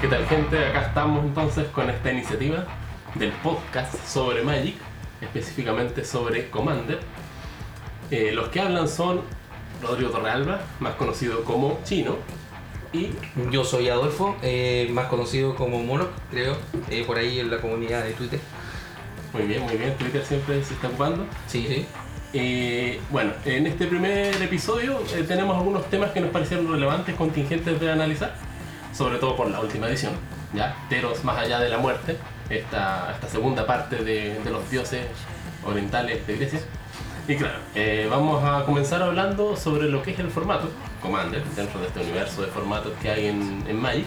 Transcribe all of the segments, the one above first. ¿Qué tal gente? Acá estamos entonces con esta iniciativa del podcast sobre Magic, específicamente sobre Commander. Eh, los que hablan son Rodrigo Torrealba, más conocido como Chino, y Yo soy Adolfo, eh, más conocido como Mono, creo, eh, por ahí en la comunidad de Twitter. muy bien, muy bien, Twitter siempre se está ocupando. Sí, sí. Eh, bueno, en este primer episodio eh, tenemos algunos temas que nos parecieron relevantes, contingentes de analizar, sobre todo por la última edición, ¿ya? Teros más allá de la muerte, esta, esta segunda parte de, de los dioses orientales de Grecia. Y claro, eh, vamos a comenzar hablando sobre lo que es el formato, Commander, dentro de este universo de formatos que hay en, en Magic.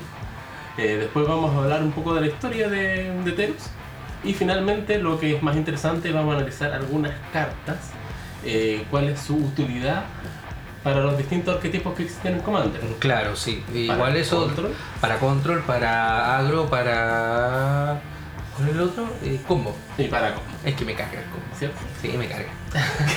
Eh, después vamos a hablar un poco de la historia de, de Teros. Y finalmente, lo que es más interesante, vamos a analizar algunas cartas, eh, cuál es su utilidad para los distintos arquetipos que existen en Commander. eh, Claro, sí. Igual Para eso control. para control, para agro, para... ¿Cuál es el otro? Eh, combo. Y para combo, Es que me carga el combo. ¿cierto? Sí, me carga.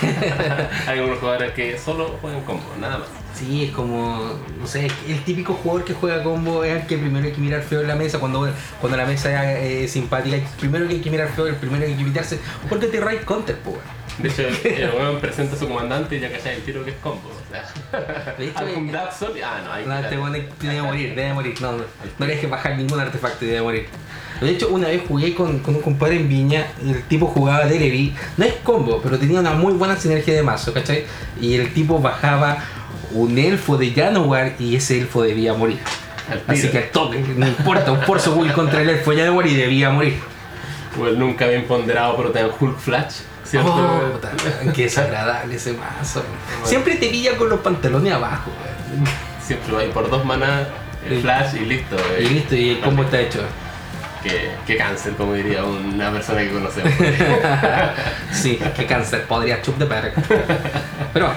hay algunos jugadores que solo juegan combo, nada más. Sí, es como, no sé, el típico jugador que juega combo es el que primero hay que mirar feo en la mesa, cuando, cuando la mesa es eh, simpática, el primero que hay que mirar feo, el primero que hay que evitarse, porque te raid counter, pues. De hecho, el- el weón presenta a su comandante y ya calla el tiro que es combo. O sea, algún eh, No, Daxon y- Ah, no, hay este weón debe morir, debe morir, no, no, no le dejes bajar ningún artefacto y debe morir. De hecho, una vez jugué con, con un compadre en Viña, y el tipo jugaba de Levi, no es combo, pero tenía una muy buena sinergia de mazo, ¿cachai? Y el tipo bajaba un elfo de Janowar y ese elfo debía morir. Al Así tiro. que al toque, no importa, un Force Will contra el elfo Janowar y debía morir. O el nunca bien ponderado Protean Hulk Flash, ¿cierto? Oh, puta, qué desagradable ese mazo. Siempre te pilla con los pantalones abajo, weón. Siempre va ahí por dos manas, el Sí. Flash y listo. Y eh. listo, y el combo está hecho. que, que cáncer, como diría una persona que conocemos. Sí, qué cáncer, podría chup de perro. Pero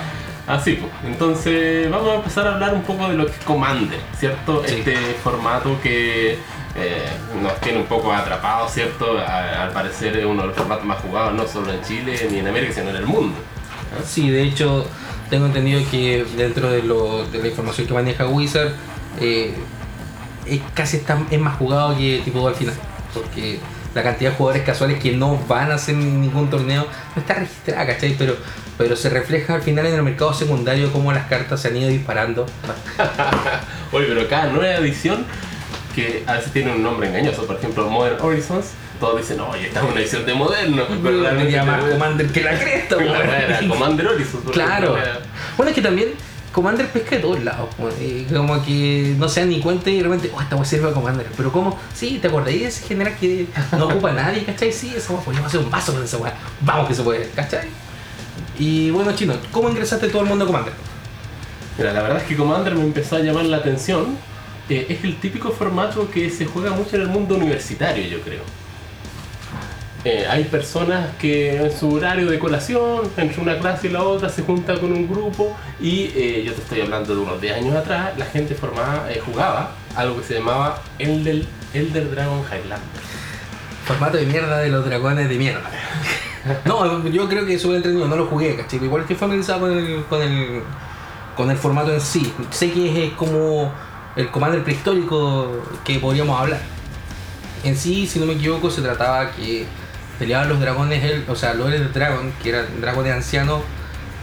Así pues, entonces vamos a empezar a hablar un poco de lo que es Commander, ¿cierto? Sí. Este formato que eh, nos tiene un poco atrapados, ¿cierto? A- al parecer es uno de los formatos más jugados, no solo en Chile ni en América, sino en el mundo. sí, de hecho, tengo entendido que dentro de, lo- de la información que maneja Wizard, eh, es casi está, es más jugado que tipo al final. Porque la cantidad de jugadores casuales que no van a hacer ningún torneo no está registrada, ¿cachai? Pero, pero se refleja al final en el mercado secundario cómo las cartas se han ido disparando. Oye, pero cada nueva edición, que a veces tiene un nombre engañoso, por ejemplo Modern Horizons, todos dicen, oye, esta es una edición de moderno, pero realmente tenía más la- Commander que la cresta, la weón. weá era Commander Horizons. por Claro. ejemplo, era- Bueno, es que también Commander pesca de todos lados. po. Eh, Como que no se dan ni cuenta y de repente, oh, esta weá sirve a Commander. Pero como, sí, ¿te acordáis de ese general que no ocupa a nadie, cachai? Sí, esa weá, pues yo voy a hacer un vaso con esa weá. Vamos que se puede, cachai. Y bueno, chino, ¿cómo ingresaste todo el mundo a Commander? Mira, la verdad es que Commander me empezó a llamar la atención. Eh, es el típico formato que se juega mucho en el mundo universitario, yo creo. Eh, hay personas que en su horario de colación, entre una clase y la otra, se junta con un grupo y eh, yo te estoy hablando de unos 10 años atrás, la gente formaba, eh, jugaba algo que se llamaba Elder, Elder Dragon Highlander. Formato de mierda de los dragones de mierda. No, yo creo que sube entretenido, no lo jugué, ¿cachai? Igual estoy familiarizado con el, con el, con el formato en sí. Sé que es, eh, como el Commander prehistórico que podríamos hablar. En sí, si no me equivoco, se trataba que peleaban los dragones, el- o sea, los del dragón, que eran dragones ancianos,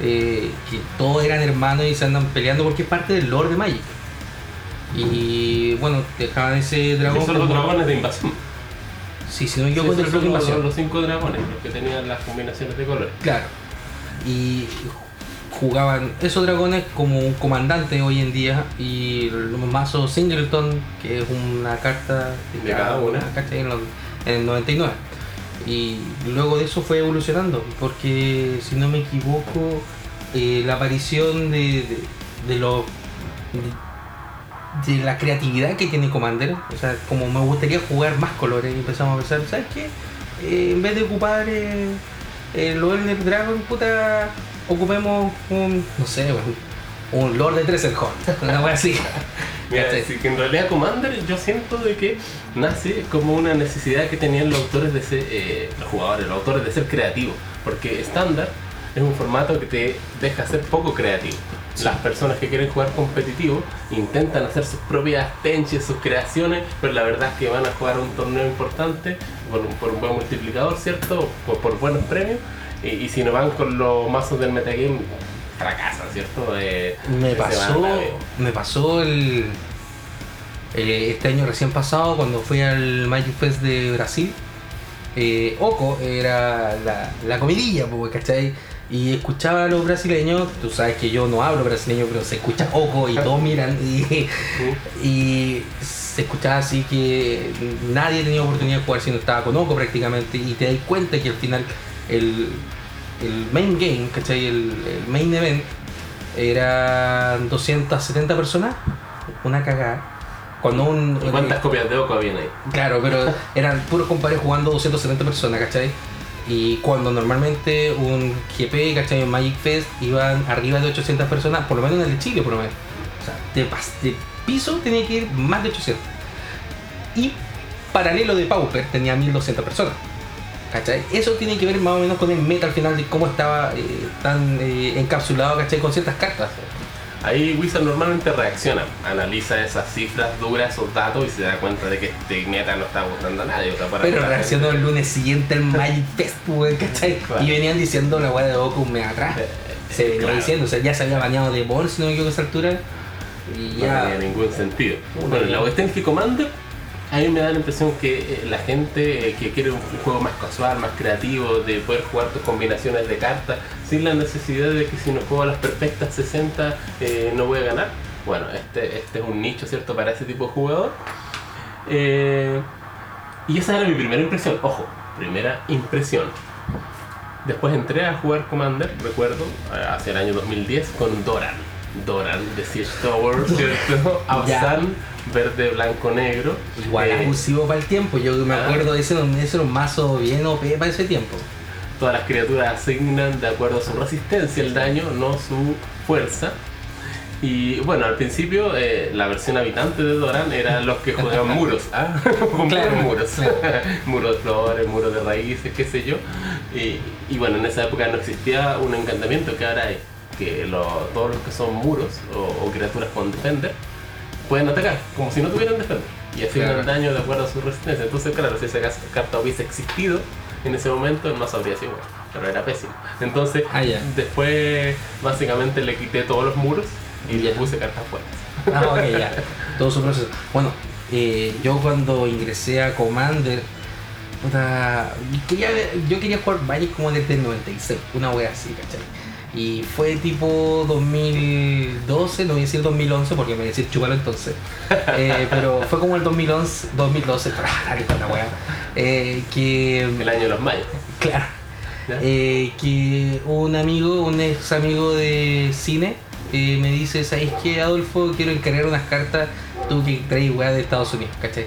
eh, que todos eran hermanos y se andan peleando porque es parte del lore de Magic. Y bueno, dejaban ese dragón. Que son los como- dragones de invasión. Sí, si no me equivoco, Esos es el son de los, invasión. los cinco dragones, los que tenían las combinaciones de colores. Claro. Y jugaban esos dragones como un comandante hoy en día y el mazo Singleton, que es una carta De cada una. ¿cachai? en, los- en el 99. Y luego de eso fue evolucionando, porque si no me equivoco, eh, la aparición de, de, de los- de- de la creatividad que tiene Commander, o sea, como me gustaría jugar más colores, empezamos a pensar, ¿sabes qué? Eh, en vez de ocupar eh, el Lord del Dragon, puta, ocupemos un, no sé, weón, un Lord de Treselhorn, una wea así. Mira, ¿Cachai? es decir, que en realidad Commander yo siento de que nace como una necesidad que tenían los autores de ser, eh, los jugadores, los autores de ser creativos, porque estándar es un formato que te deja ser poco creativo. Las personas que quieren jugar competitivo intentan hacer sus propias tenches, sus creaciones, pero la verdad es que van a jugar un torneo importante por, un- por un buen multiplicador, ¿cierto? Por, por buenos premios. Y, y si no van con los mazos del metagame, fracasan, ¿cierto? Eh, Me se van pasó, a la B. me pasó el, el- este año recién pasado cuando fui al Magic Fest de Brasil. eh, Oco era la, la comidilla, pues, ¿cachai? Y escuchaba a los brasileños, tú sabes que yo no hablo brasileño, pero se escucha Oco y todos miran y, y se escuchaba así que nadie tenía oportunidad de jugar si no estaba con Oco prácticamente y te das cuenta que al final el, el main game, ¿cachai? El, el main event eran 270 personas, una cagada. Cuando un... ¿Y cuántas copias de Oco habían ahí? Claro, pero eran puros compadres jugando 270 personas, ¿cachai? Y cuando normalmente un GP, ¿cachai? Un Magic Fest iban arriba de 800 personas, por lo menos en el de Chile, por lo menos. O sea, de, pas- de piso tenía que ir más de 800. Y paralelo de Pauper tenía 1200 personas. ¿Cachai? Eso tiene que ver más o menos con el meta al final de cómo estaba eh, tan eh, encapsulado, ¿cachai? Con ciertas cartas. Ahí Wizard normalmente reacciona, analiza esas cifras duras, esos datos y se da cuenta de que este meta no está gustando a nadie. o sea, para Pero para- reaccionó el lunes siguiente al Magic Fest, weón, ¿cachai? Claro. Y venían diciendo la weá de Goku me atrás. Se venía Eh, claro. diciendo, o sea, ya se había bañado de Born, si no me equivoco a esa altura. Y No ya. tenía ningún sentido. Bueno, la cuestión es que Commander, a mí me da la impresión que eh, la gente eh, que quiere un juego más casual, más creativo, de poder jugar tus combinaciones de cartas, sin la necesidad de que si no juego a las perfectas 60 eh, no voy a ganar. Bueno, este, este es un nicho, ¿cierto?, para ese tipo de jugador. Eh, y esa era mi primera impresión. Ojo, primera impresión. Después entré a jugar Commander, recuerdo, eh, hacia el año 2010 con Doran. Doran de Siege Tower, ¿cierto? Absan, verde, blanco, negro. pues, Igual Eh, abusivo para el tiempo. Yo me ah. acuerdo, ese era un- ese era un mazo bien OP para ese tiempo. todas las criaturas asignan de acuerdo a su resistencia el daño, no su fuerza. Y bueno, al principio eh, la versión habitante de Doran era los que juegan muros, ¿ah? Con Claro, puros muros. claro. muros de flores, muros de raíces, qué sé yo. Y, y bueno, en esa época no existía un encantamiento que ahora hay, que lo- todos los que son muros o, o criaturas con defender pueden atacar, como si no tuvieran defender. Y asignan Claro. daño de acuerdo a su resistencia. Entonces, claro, si esa cas- carta hubiese existido en ese momento, el mazo habría sido bueno. Pero era pésimo. Entonces, Ah, ya. después básicamente le quité todos los muros y le puse cartas fuertes. Ah, ok, ya. Todo su proceso. Bueno, eh, yo cuando ingresé a Commander, puta, quería ver- yo quería jugar Magic como desde el 96, una wea así, ¿cachai? Y fue tipo 2012, no voy a decir 2011 porque me voy a decir chupalo entonces. Eh, pero fue como el 2011, 2012, que está la wea. Eh, que. El año de los mayas. Claro. ¿ya? Eh, que un amigo, un ex amigo de cine, eh, me dice, ¿sabes qué, Adolfo? Quiero encargar unas cartas, tú que traes weá de Estados Unidos, ¿cachai?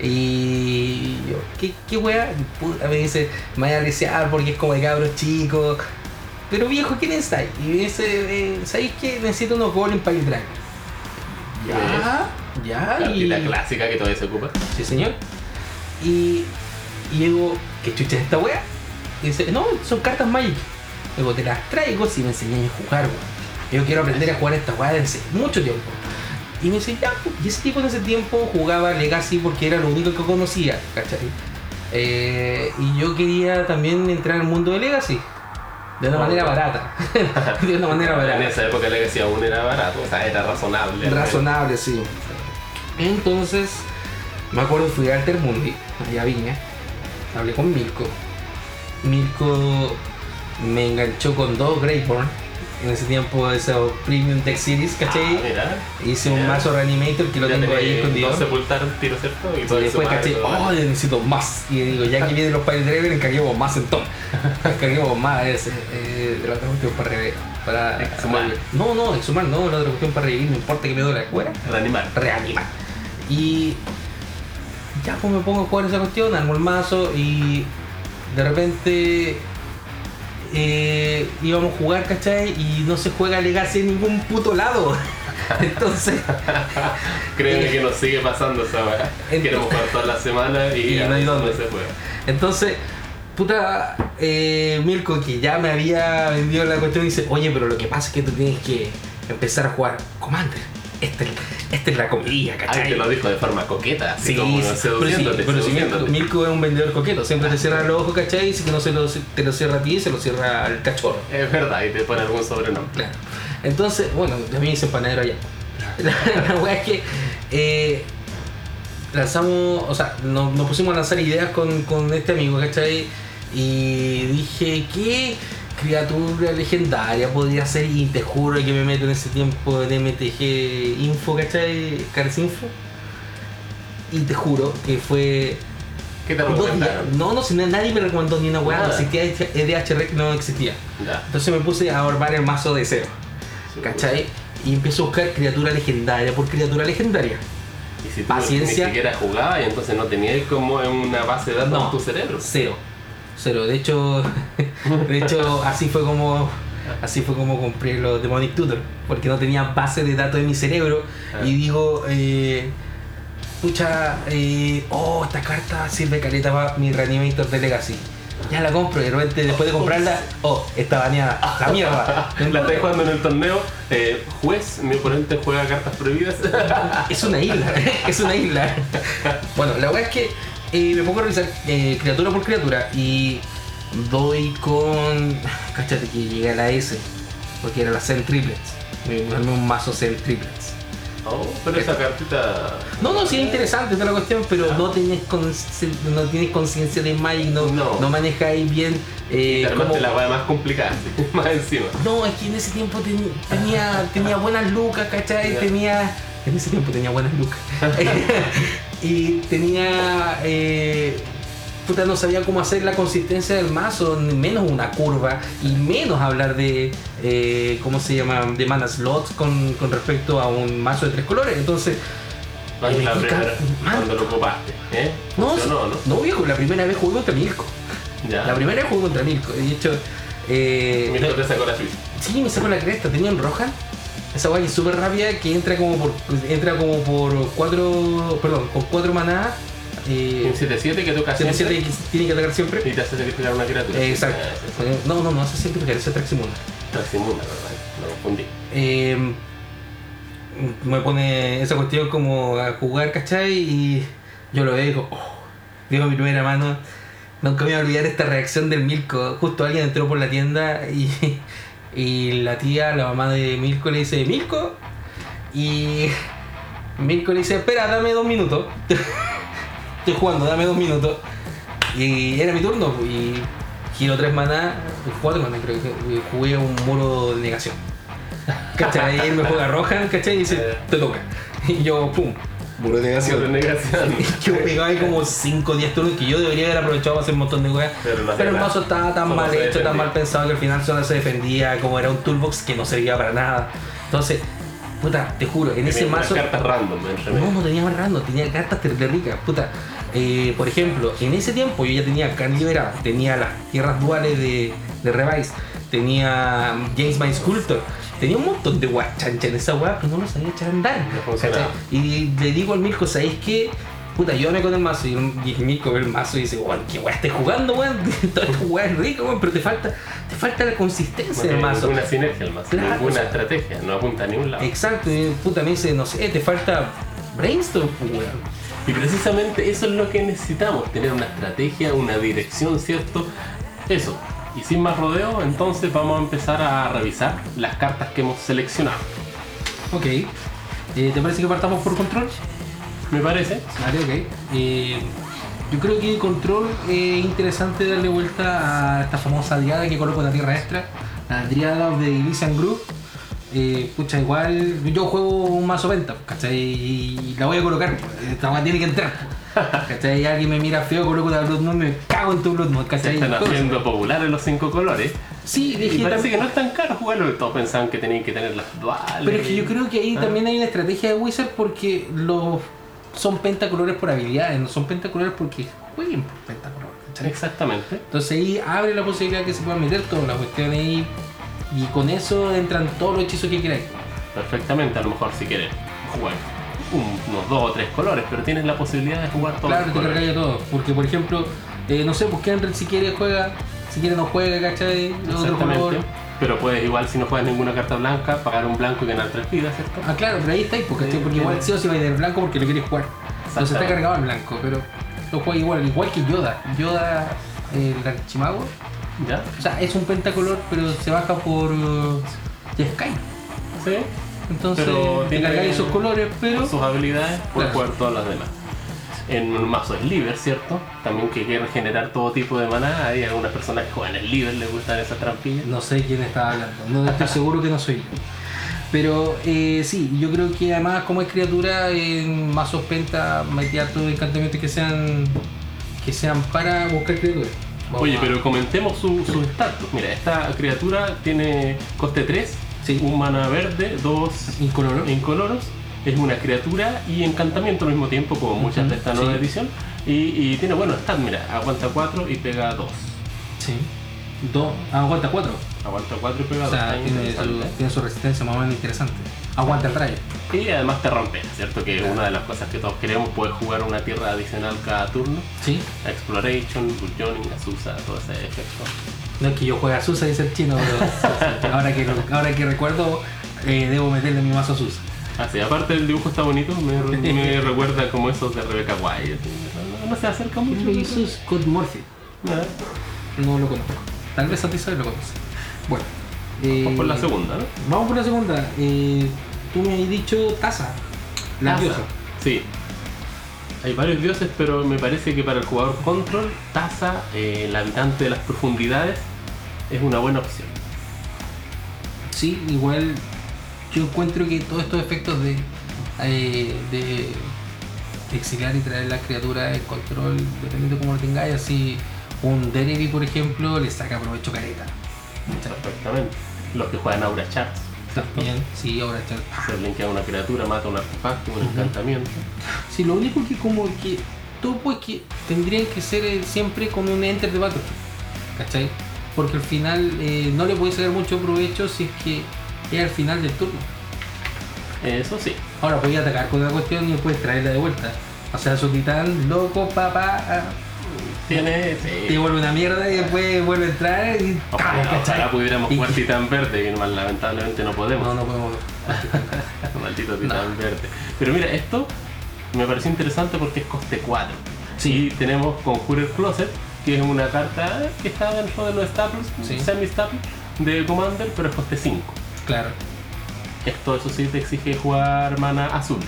Y yo, ¿qué, qué weá? Puta, me dice, me voy a desear porque es como de cabros chicos. Pero viejo, ¿quién es ahí? Y me dice, eh, ¿sabéis qué? Necesito unos Golden Pile Dragon. Ya, ya. y- Cartita clásica que todavía se ocupa. Sí, señor. Y, y digo, ¿qué chucha es esta weá? Y dice, no, son cartas Magic. Digo, te las traigo si me enseñáis a jugar, weón. Yo quiero aprender a jugar esta weá desde mucho tiempo. Y me dice, ya, pues. y ese tipo en ese tiempo jugaba Legacy porque era lo único que conocía, ¿cachai? Eh, y yo quería también entrar al mundo de Legacy. De una Ah, manera ok. barata. de una manera barata En esa época Legacy aún era barato, o sea, era razonable. razonable, sí. Entonces, me acuerdo, fui a Altermundi, allá a Viña, hablé con Mirko. Mirko me enganchó con dos Greyborn, en ese tiempo esos Premium Tech Series, Ah, ¿cachai? mira. Hice un Ya. mazo reanimator que lo Ya tengo ahí tenía dos escondido. sepultar tiro, ¿cierto? Y Y todo después eso, caché, todo, oh, ¿vale? necesito más. Y digo, ya que vienen los Pile Driver, encarguemos más entonces. Encarguemos más ese, eh, de la otra cuestión para revivir. Para Exhumar. No, no, exhumar no, la otra cuestión para revivir, no importa que me duele la cuera Reanimar. reanima. Y ya pues me pongo a jugar esa cuestión, armo el mazo y de repente eh, íbamos a jugar, ¿cachai? Y no se juega Legacy en ningún puto lado. Entonces, Créeme que nos sigue pasando esa weá. Entonces- Queremos jugar todas las semanas y, Y no hay dónde. se juega. entonces, puta, eh, Mirko que ya me había vendido la cuestión dice, oye, pero lo que pasa es que tú tienes que empezar a jugar Commander. Esta es- esta es la comidilla, Alguien ¿cachai? te lo dijo de forma coqueta, así Sí, como sí, seduciéndote, pero sí, pero seduciéndote. si Mirko es un vendedor coqueto, siempre te cierra los ojos, ¿cachai? Y si no se lo, te lo cierra a ti, se lo cierra al cachorro. Es verdad, y te pone algún sobrenombre. Claro. Entonces, bueno, a mí me dicen panadero allá. La, la weá es que eh, lanzamos, o sea, nos, nos pusimos a lanzar ideas con, con este amigo, ¿cachai? Y dije, ¿qué criatura legendaria podría ser? Y te juro que me meto en ese tiempo de MTG Info, ¿cachai? Cars Info. Y te juro que fue ¿Qué te Dos días. recomendaron? No, no, si na- nadie me recomendó ni una weá, no Nada. existía EDHR, no existía. Ya. Entonces me puse a armar el mazo de cero, ¿cachai? Y empecé a buscar criatura legendaria por criatura legendaria. Y si tú Paciencia. ni siquiera jugabas y entonces no tenías como una base de datos No. en tu cerebro. Cero. Cero. De hecho, de hecho así fue como así fue como compré los Demonic Tutor, porque no tenía base de datos en mi cerebro Ah. y digo, eh, pucha, eh, oh, esta carta sirve caleta para mi Reanimator de Legacy. Ya la compro y de repente después de comprarla, oh, está baneada, la mierda. La estoy jugando en el torneo. eh, juez, mi oponente juega cartas prohibidas. Es una isla, es una isla. Bueno, la verdad es que eh, me pongo a revisar eh, criatura por criatura y doy con. Cáchate que llegué a la S, porque era la Cell Triplets. Me me armé un mazo Cell Triplets. Oh, pero esa cartita. No, no, sí es interesante toda la cuestión, pero no tienes consci- no tienes conciencia de Magic, no, no. No. manejáis bien. eh, Te armaste cómo- la hueá más complicada, así, más encima. No, es que en ese tiempo ten- tenía, tenía buenas lucas, ¿cachai? Ya. Tenía. En ese tiempo tenía buenas lucas. y tenía. eh, puta, no sabía cómo hacer la consistencia del mazo, ni menos una curva, y menos hablar de. eh, ¿Cómo se llama? De mana slots con, con respecto a un mazo de tres colores. Entonces. No es la Qué primera ca- cuando lo ocupaste. ¿Eh? No, Funcionó, ¿no? no, viejo, la primera vez jugué contra Mirko. Ya. La primera vez jugué contra Mirko. De hecho. eh, Mi doctor sacó la suiza. Sí, me saco la cresta, tenía en roja. Esa guay es súper rápida que entra como por. entra como por cuatro. Perdón, con cuatro manadas. Eh, Un 7-7 que toca 7 siempre tiene que atacar siempre. y te hace sacrificar una criatura. Eh, exacto. Ah, Eh, No, no, no, hace siempre porque es Traximunda. es- es inmunda, ¿verdad? Lo confundí. Eh, me pone esa cuestión como a jugar, ¿cachai? Y yo lo veo y digo, oh, digo mi primera mano. Nunca me voy a olvidar esta reacción del Milko. Justo alguien entró por la tienda y, y la tía, la mamá de Milko, le dice, Milko. Y Milko le dice, espera, dame dos minutos. Estoy jugando, dame dos minutos. Y era mi turno. pues, Y giro tres maná, cuatro maná creo que y jugué un muro de negación. ¿Cachai? Él me juega roja, ¿cachai? Y dice, te toca. Y yo, pum. Muro de Por negación. Yo pegaba ahí como 5 o 10 turnos que yo debería haber aprovechado para hacer un montón de weas. Pero no Pero el hacía mazo nada. estaba tan Solo mal se hecho, tan defendía. mal pensado que al final solo se defendía, como era un toolbox que no servía para nada. Entonces, puta, te juro, en ese Tenía unas mazo. cartas random, ¿eh, entre No, medio. no tenía más random, tenía cartas terrible ricas, puta. Eh, por ejemplo, en ese tiempo yo ya tenía Can Liberado, tenía las tierras duales de, de Revice, tenía James My Sculptor, tenía un montón de guachancha en esa weá, pero no lo sabía echar a andar. No funcionaba. ¿cachai? Y le digo al Mirko, ¿sabéis qué? Puta, ayúdame con el mazo. Y el y el Mirko ve el mazo y dice, weón, qué weá estás jugando, weón. Toda esta weá es rica, weón, pero te falta, te falta la consistencia del tiene mazo. ninguna sinergia el mazo, Claro, ninguna o sea- estrategia, no apunta a ningún lado. Exacto, y puta me dice, no sé, te falta brainstorm, pues, weón. Y precisamente eso es lo que necesitamos, tener una estrategia, una dirección, ¿cierto? Eso. Y sin más rodeo, entonces vamos a empezar a revisar las cartas que hemos seleccionado. Ok. Eh, ¿Te parece que partamos por control? Me parece. Vale, ok. Eh, yo creo que control es interesante darle vuelta a esta famosa diada que coloco en la tierra extra. La diada de Elysian Group. Eh, pucha, igual yo juego un mazo venta, ¿cachai? Y la voy a colocar. Esta weá tiene que entrar. ¿Cachai? Alguien me mira feo, coloco una Blood Moon, me cago en tu Blood Moon, Se ¿cachai? están Entonces, haciendo populares los cinco colores. Sí, Y dije parece también. que no es tan caro jugarlo, todos pensaban que tenían que tener las duales. Pero es que yo creo que Ah. ahí también hay una estrategia de Wizard porque los son pentacolores por habilidades, no son pentacolores porque jueguen por pentacolores. ¿cachai? Exactamente. Entonces ahí abre la posibilidad que se puedan meter todas las cuestiones ahí y con eso entran todos los hechizos que queráis. Perfectamente, a lo mejor si quieres jugar un- unos dos o tres colores, pero tienes la posibilidad de jugar todos Claro, los te colores. cargáis a todos. Porque por ejemplo, eh, no sé, pues Kenrel si quiere juega, si quiere no juega, ¿cachai? El otro Exactamente. color. Pero puedes igual, si no juegas ninguna carta blanca, pagar un blanco y ganar tres vidas, ¿cierto? Ah, claro, pero ahí está, porque, Sí, porque igual sí. sí o sí va a ir en blanco porque lo quieres jugar. Entonces está Exactamente. cargado en blanco, pero lo juega igual, igual que Yoda. Yoda, el archimago, ¿Ya? o sea, es un pentacolor, pero se baja por uh, The Sky. Sí. Entonces, Pero te tiene- cargáis esos colores, pero. Con sus habilidades, por Claro. jugar todas las demás. En un mazo Sliver, ¿cierto? También que quiere generar todo tipo de maná. Hay algunas personas que juegan Sliver, les gustan esas trampillas. No sé quién estaba hablando, no estoy seguro que no soy yo. Pero eh, sí, yo creo que además como es criatura, en mazos penta metía todos encantamientos que sean que sean para buscar criaturas. Vamos Oye, a- pero comentemos su- sus estatus. Mira, esta criatura tiene coste 3, Sí. un mana verde, dos incoloro. incoloros. Es una criatura y encantamiento al mismo tiempo, como muchas de esta Ujú, nueva sí. edición. Y, y tiene, bueno, stat, mira, aguanta 4 y pega 2. Sí. Dos. Ah, aguanta cuatro. Aguanta 4 y pega O 2. sea, tiene su, tiene su resistencia más o menos interesante. Aguanta el rayo. Y además te rompe, ¿cierto? Que es Claro. una de las cosas que todos queremos, poder jugar una tierra adicional cada turno. Sí. Exploration, Burjoning, Azusa, todo ese efecto. No es que yo juegue a Susa, dice el chino, pero ahora que, ahora que recuerdo, eh, debo meterle mi mazo a Susa. Así, Ah, aparte el dibujo está bonito, me, me recuerda como esos de Rebecca White. así. No, no se acerca mucho. Lo hizo Scott Murphy. Nada. No lo conozco. Tal vez a ti sabes lo conoce. Bueno. eh, Vamos por la segunda, ¿no? Vamos por la segunda. Eh, tú me has dicho taza. La Taza. diosa. Sí. Hay varios dioses, pero me parece que para el jugador control, Taza, eh, el habitante de las profundidades, es una buena opción. Sí, igual yo encuentro que todos estos efectos de, eh, de exiliar y traer las criaturas en control, dependiendo de cómo lo tengáis, así un Denery, por ejemplo, le saca provecho careta. Perfectamente. Los que juegan Aura Charts. También, sí, ahora está. Se linkea una criatura, mata un artefacto, un encantamiento. Sí, lo único que como que todo pues que tendrían que ser eh, siempre con un enter de Battlefield, ¿cachai? Porque al final eh, no le puede sacar mucho provecho si es que es al final del turno. Eso sí. Ahora voy a atacar con una cuestión y puedes traerla de vuelta. O sea, su titán, loco, papá, ah, Tiene. te vuelve una mierda y después vuelve a entrar y... Ojalá, ¡Pam! ¿cachai? ojalá pudiéramos Y- jugar Titán Verde, que más lamentablemente no podemos. No, no podemos. Maldito Titán Verde. Pero mira, esto me pareció interesante porque es coste 4. Sí. Y tenemos Conjurer Closet, que es una carta que está dentro de los staples, Sí. semi-staples de Commander, pero es coste 5. Claro. Esto, eso sí, te exige jugar mana azul.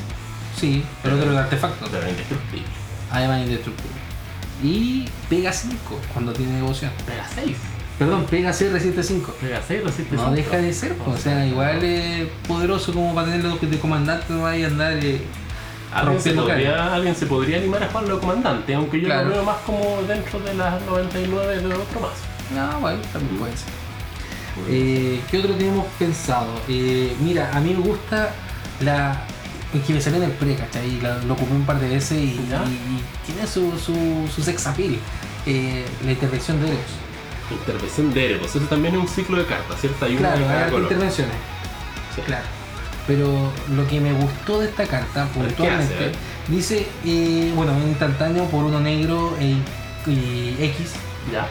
Sí, pero otro es el artefacto. Pero indestructible. Además indestructible. Y pega 5 cuando tiene devoción. Pega 6. Perdón, pega 6, resiste 5. Pega 6, resiste No cinco. deja de ser, pues, o sea, igual es poderoso como para tenerlo de comandante, no vaya a andar. eh, ¿Alguien se, Rompiendo podría, alguien se podría animar a jugarlo de comandante, aunque yo Claro. lo veo más como dentro de las 99 de otro más. No, bueno, también puede ser. Eh, ¿Qué otro tenemos pensado? Eh, mira, a mí me gusta la. Es que me salió en el pre, ¿cachai? Y la- lo ocupé un par de veces y, ¿Ya? y- y tiene su, su, su sex appeal. Eh, la intervención de Eros. Intervención de Erebos, eso también es un ciclo de cartas, ¿cierto? Hay una Claro, de cada hay color. intervenciones. Sí. Claro. Pero lo que me gustó de esta carta, ver, ¿qué hace? A puntualmente, ver. dice, eh, bueno, un instantáneo por uno negro e- y X. Ya,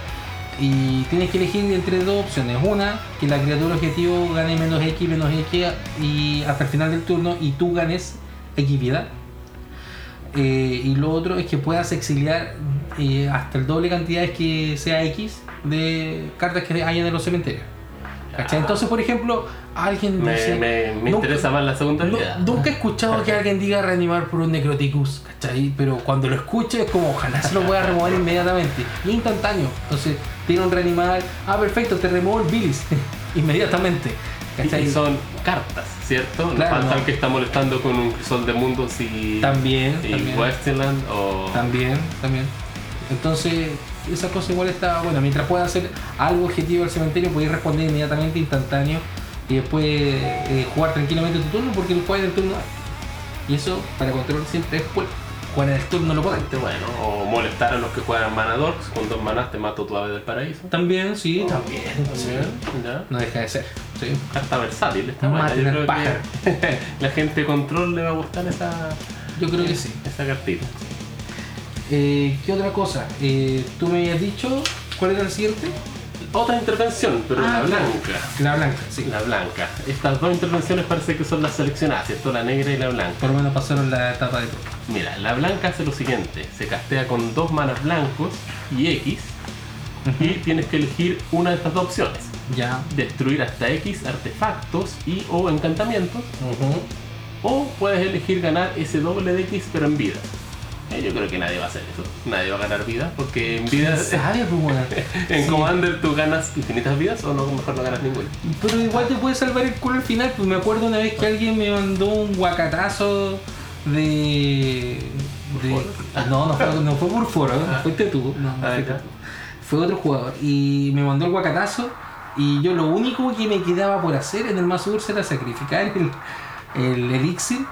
Y tienes que elegir entre dos opciones. Una, que la criatura objetivo gane menos X, menos X y hasta el final del turno y tú ganes X vida. Eh, y lo otro es que puedas exiliar eh, hasta el doble cantidad que sea X de cartas que hayan en los cementerios. ¿Cachai? Entonces, por ejemplo, alguien Ah. me, dice, me- me nunca- interesa más la segunda "No, habilidad. nunca he escuchado que alguien diga reanimar por un necroticus, ¿cachai? Pero cuando lo escuche es como, ojalá se lo pueda remover inmediatamente. Y es instantáneo. Entonces, tiene un reanimar, ah, perfecto, te remuevo el bilis. inmediatamente. Y- ¿Cachai? y son cartas, ¿cierto? No Claro, falta no. el que está molestando con un sol de mundos y, También, y también. Westerland o... También, también. Entonces, esa cosa igual está bueno. Mientras pueda hacer algo objetivo al cementerio, puedes responder inmediatamente, instantáneo. Y después eh, jugar tranquilamente tu turno porque lo juegas en el turno. Y eso para control siempre es bueno. Jugar en el turno lo pueden. Bastante Bueno, o molestar a los que juegan mana dorks, con dos manas te mato tu ave del paraíso. También, sí, también. Ya. No deja de ser. Sí. Carta versátil, está Un buena. mate Yo en creo el que la gente control le va a gustar esa, Yo creo que sí. esa cartita. Eh, ¿Qué otra cosa? Eh, Tú me habías dicho, ¿cuál era el siguiente? otra intervención, pero Ah, la claro. blanca. La blanca, sí. La blanca. Estas dos intervenciones parece que son las seleccionadas, ¿cierto? La negra y la blanca. Por lo menos pasaron la etapa de truco. Mira, la blanca hace lo siguiente, se castea con dos manas blancos y X y tienes que elegir una de estas dos opciones. Ya. Destruir hasta X artefactos y o encantamientos Ujú. o puedes elegir ganar ese doble de X pero en vida. Eh, yo creo que nadie va a hacer eso. Nadie va a ganar vida porque en vida... ¿Sabes, pues, weón? En Commander tú ganas infinitas vidas o no, mejor no ganas ninguna. Pero igual te puede salvar el culo al final. Pues me acuerdo una vez que alguien me mandó un guacatazo de. de ¿Burforo? no, no fue, no fue Burforo, fuiste tú. No, no Ah, fuiste ya. tú. Fue otro jugador. Y me mandó el guacatazo. Y yo lo único que me quedaba por hacer en el más dulce era sacrificar el, el elixir.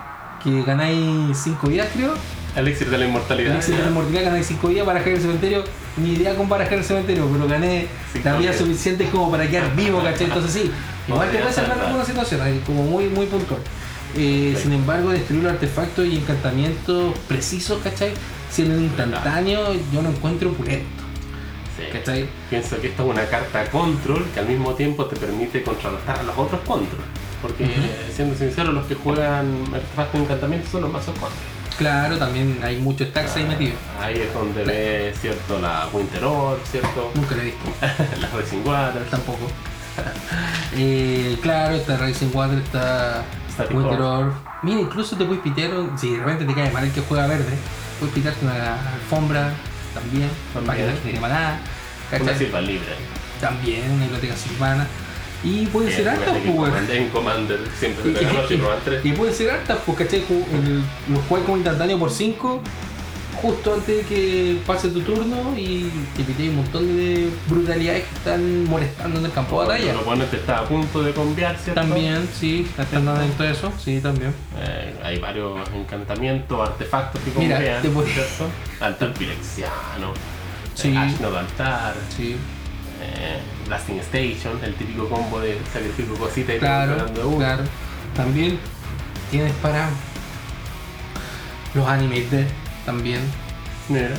Que ganáis 5 vidas, creo. Elixir de la inmortalidad. Elixir de la inmortalidad, ganáis 5 vidas, barajar el cementerio. Ni idea con barajar el cementerio, pero gané Cinco las vidas vidas. suficientes como para quedar vivo, ¿cachai? Entonces sí, igual te Podría puede salvar salvar. alguna situación, ahí, como muy, muy puntual. Eh, Sí. Sin embargo, destruir los artefactos y encantamientos precisos, ¿cachai? Siendo instantáneo, yo no encuentro pulento, Sí. ¿cachai? Pienso que esta es una carta control que al mismo tiempo te permite contrarrestar a los otros control. Porque eh, siendo sincero, los que juegan artefactos de encantamiento son los mazos control. Claro, también hay muchos stacks ahí metidos. Ahí es donde ve, cierto, la Winter Orb, cierto, Nunca lo he visto, las Racing Water, tampoco. Eh, claro, está Racing Water, está Static Winter Orb. Orb. Mira, incluso te puedes pitear, un- si realmente te cae mal el que juega verde, puedes pitarte una alfombra también, para que También. no te quema nada. una ¿cachai? Silva Libre. también una biblioteca silvana. Y pueden ser Eh, hartas, en pues, weón. Commander- En Commander siempre Y- te tenemos y roban tres. Y pueden ser hartas, pues, ¿cachai? Ju- el- Los juegas como instantáneo por 5, justo antes de que pase tu turno y te piteas un montón de brutalidades que están molestando en el campo de batalla. El oponente está a punto de cambiar, ¿cierto? También, sí, están dentro de eso, sí, también. Eh, hay varios encantamientos, artefactos que Mira, convean, te voy- ¿cierto? Altar Pirexiano, Sí. eh, Ashnod Altar, Sí, eh, Blasting Station, el típico combo de sacrifico cosita y claro, recuperando uno. claro. También tienes para los animes de también. Mira,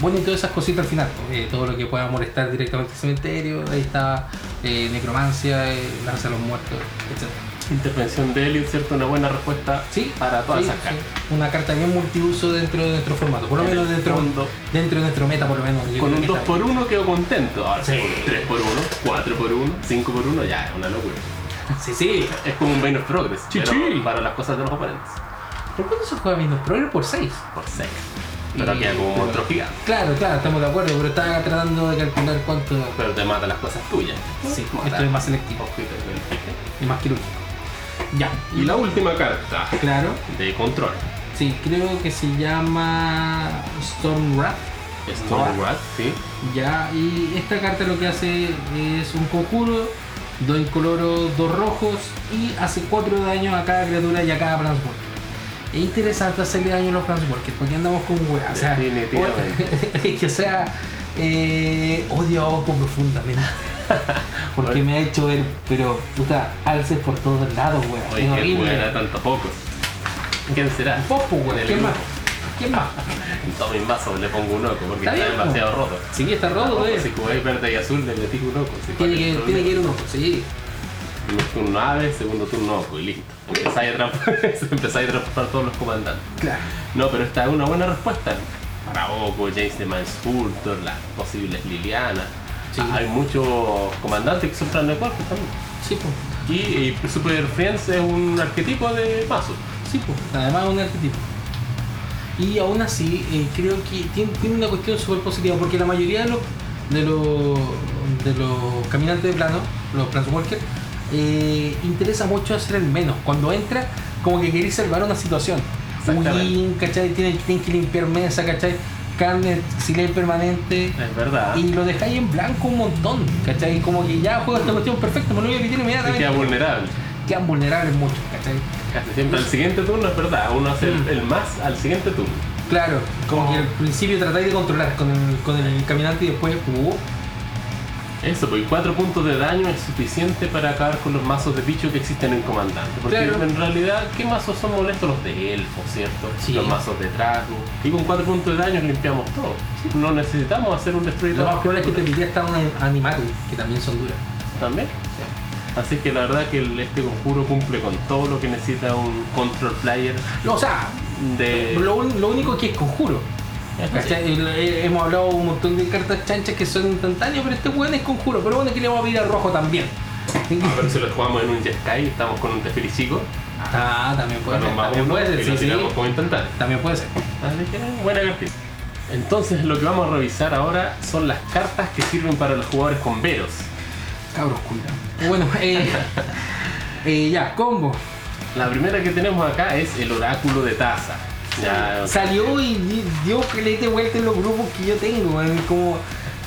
Bueno, y todas esas cositas al final, eh, todo lo que pueda molestar directamente al cementerio, ahí está eh, necromancia, eh, lanza a los muertos, etc. intervención de Elliot, ¿cierto? Una buena respuesta Sí, para todas sí, esas cartas. sí. Una carta bien multiuso dentro de nuestro formato, por lo En menos el dentro, fondo. dentro de nuestro meta, por lo menos. Con yo creo un que 2 está por 1 quedo contento. Ahora, Sí. 3 por 1 4 por 1 5 por 1 ya, es una locura. bien. Sí, sí. Es como un Bane of Progress, Sí, pero sí. para las cosas de los oponentes. ¿Por cuánto se juega Windows Pro? Era por 6. Por 6. Pero Y- queda como un pero- monstruo gigante. Claro, claro, estamos de acuerdo, pero estaba tratando de calcular cuánto. Pero te mata las cosas tuyas. Sí, Mata esto es más selectivo objetos del- y más quirúrgico. Ya, Y la última carta claro. de control. Sí, creo que se llama Storm Wrath. Stormwrath, sí. Ya, y esta carta lo que hace es un conjuro, dos incoloros, dos rojos y hace cuatro daños a cada criatura y a cada Planeswalker. Es interesante hacerle daño a los Planeswalkers, porque andamos con weas. O sea, Definitivamente. que, o sea, eh, odio a Oco profundamente. Porque me ha hecho ver, pero puta, alces por todos lados, weas. Oye, Es que horrible. juegan a tantos pocos. ¿Quién será? Popo, weón, En el ¿Quién grupo. más? ¿Quién más? Todo mi vaso le pongo un loco porque Está está, bien, demasiado roto. eh. Sí, está roto, Tampoco güey. Si jugáis verde y azul, le metís un loco. Si Tiene que, tiene que ir uno, sí. Primer turno ave, segundo turno oco y listo. Empezáis a transformar, empezáis a transformar todos los comandantes. Claro. No, pero esta es una buena respuesta. Para Oco, James de Mansfultor, las posibles Lilianas. Sí. Hay muchos comandantes que son plan de cuerpo también. Sí, pues. Y, y Super Friends es un arquetipo de paso. Sí, pues. Además es un arquetipo. Y aún así, eh, creo que tiene, tiene una cuestión súper positiva, porque la mayoría de los, de los, de los caminantes de plano, los planeswalkers, eh, interesa mucho hacer el menos. Cuando entra, como que queréis salvar una situación. Exactamente. Huyin, ¿cachai? Tienen, tienen que limpiar mesa, ¿cachai? Carne, silencio permanente. Es verdad. y lo dejáis en blanco un montón, ¿cachai? Como que ya juego esta cuestión perfecto, me lo voy a quitar Se queda inmediatamente. vulnerable. Quedan vulnerables muchos, ¿cachai? Casi siempre al siguiente turno es verdad. Uno hace el, Mm. el más al siguiente turno. Claro, como Oh. que al principio tratáis de controlar con el, con el caminante y después, uh, Eso, porque 4 puntos de daño es suficiente para acabar con los mazos de bicho que existen en Comandante. Porque Claro. en realidad, ¿qué mazos son molestos? Los de Elfo, ¿cierto? Sí. Los mazos de Drago. Y con 4 puntos de daño limpiamos todo. No necesitamos hacer un Destroyer Lo más probable es que te particular. pillé hasta un animatus, que también son duras. también. Así que la verdad que el- este conjuro cumple con todo lo que necesita un control player No, o sea, de... Eh, lo, un- lo único que es conjuro. ¿Cachai? Y lo- he- Hemos hablado un montón de cartas chanchas que son instantáneas, pero este weón es conjuro. Pero bueno, que le vamos a pedir al rojo también. A ver si lo jugamos en un Jeskai, estamos con un Teferi chico. Ah, también puede con ser. un más También uno, puede y ser, lo sí, sí. tiramos como instantáneo. También puede ser. Así que, buena cartita. Entonces lo que vamos a revisar ahora son las cartas que sirven para los jugadores con veros. Cabros, cuidado. Bueno, eh, eh, ya, combo. La primera que tenemos acá es el oráculo de taza. Ya, Salió y di- dio que le dé vuelta en los grupos que yo tengo, weón. Es como.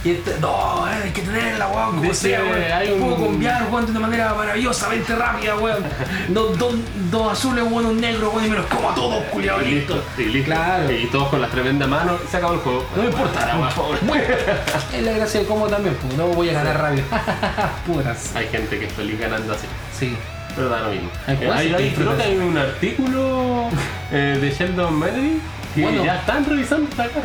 y este- no, eh, hay que tenerla, weón, como Dice, sea, weón. hay un- Puedo cambiar, weón, de una manera maravillosamente rápida, weón. Dos dos- dos azules, weón, un negro, weón, y me los como a todos, culiado, y listo, y listo. Claro. Y todos con las tremendas manos, y se acabó el juego. No me importa, Ahora, weón. por favor. Es la gracia de cómo también, pues, no voy a ganar rabia. Puras. Hay gente que es feliz ganando así. Sí. Pero da lo mismo. Hay Eh, hay- cosas que hay- creo que disfrutas. hay un artículo eh, de Sheldon Melody que Bueno. ya están revisando esta carta.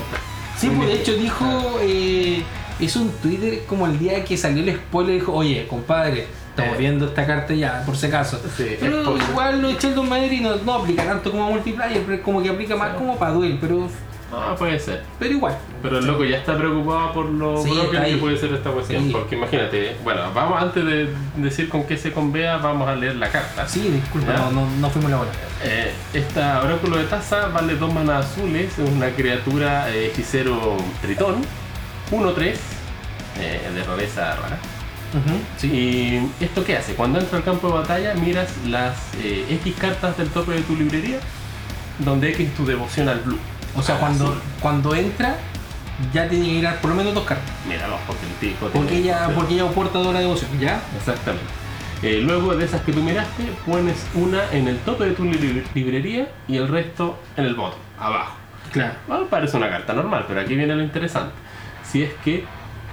Sí, Un pues de libro. hecho dijo, eh, hizo un Twitter como el día que salió el spoiler, dijo, oye, compadre, estamos Eh. viendo esta carta ya, por si acaso. Sí, pero spoiler. igual lo de Sheldon Madrid no, no aplica tanto como a multiplayer, pero como que aplica más Sí. como para duel, pero, Ah, puede ser. pero igual. Pero el loco ya está preocupado por lo Sí, broken está ahí. que puede ser esta cuestión. Sí. Porque imagínate, bueno, vamos antes de decir con qué se convea, vamos a leer la carta. Sí, disculpa, Ya. no, no, no fuimos la hora. Eh, esta oráculo de taza vale dos manas azules, es una criatura eh, hechicero tritón, 1-3, eh, de rareza rara. ¿Y esto qué hace? Cuando entra al campo de batalla, miras las eh, X cartas del tope de tu librería, donde X es tu devoción al blue. O sea, Al cuando, azul. cuando entra, ya tiene que ir a por lo menos dos cartas. Mira, vamos, porque el tipo tiene- Porque ella, porque ella es portadora de devoción, ¿ya? Exactamente. Eh, luego de esas que tú miraste, pones una en el tope de tu li- librería y el resto en el bottom, abajo. Claro. Bueno, parece una carta normal, pero aquí viene lo interesante. Si es que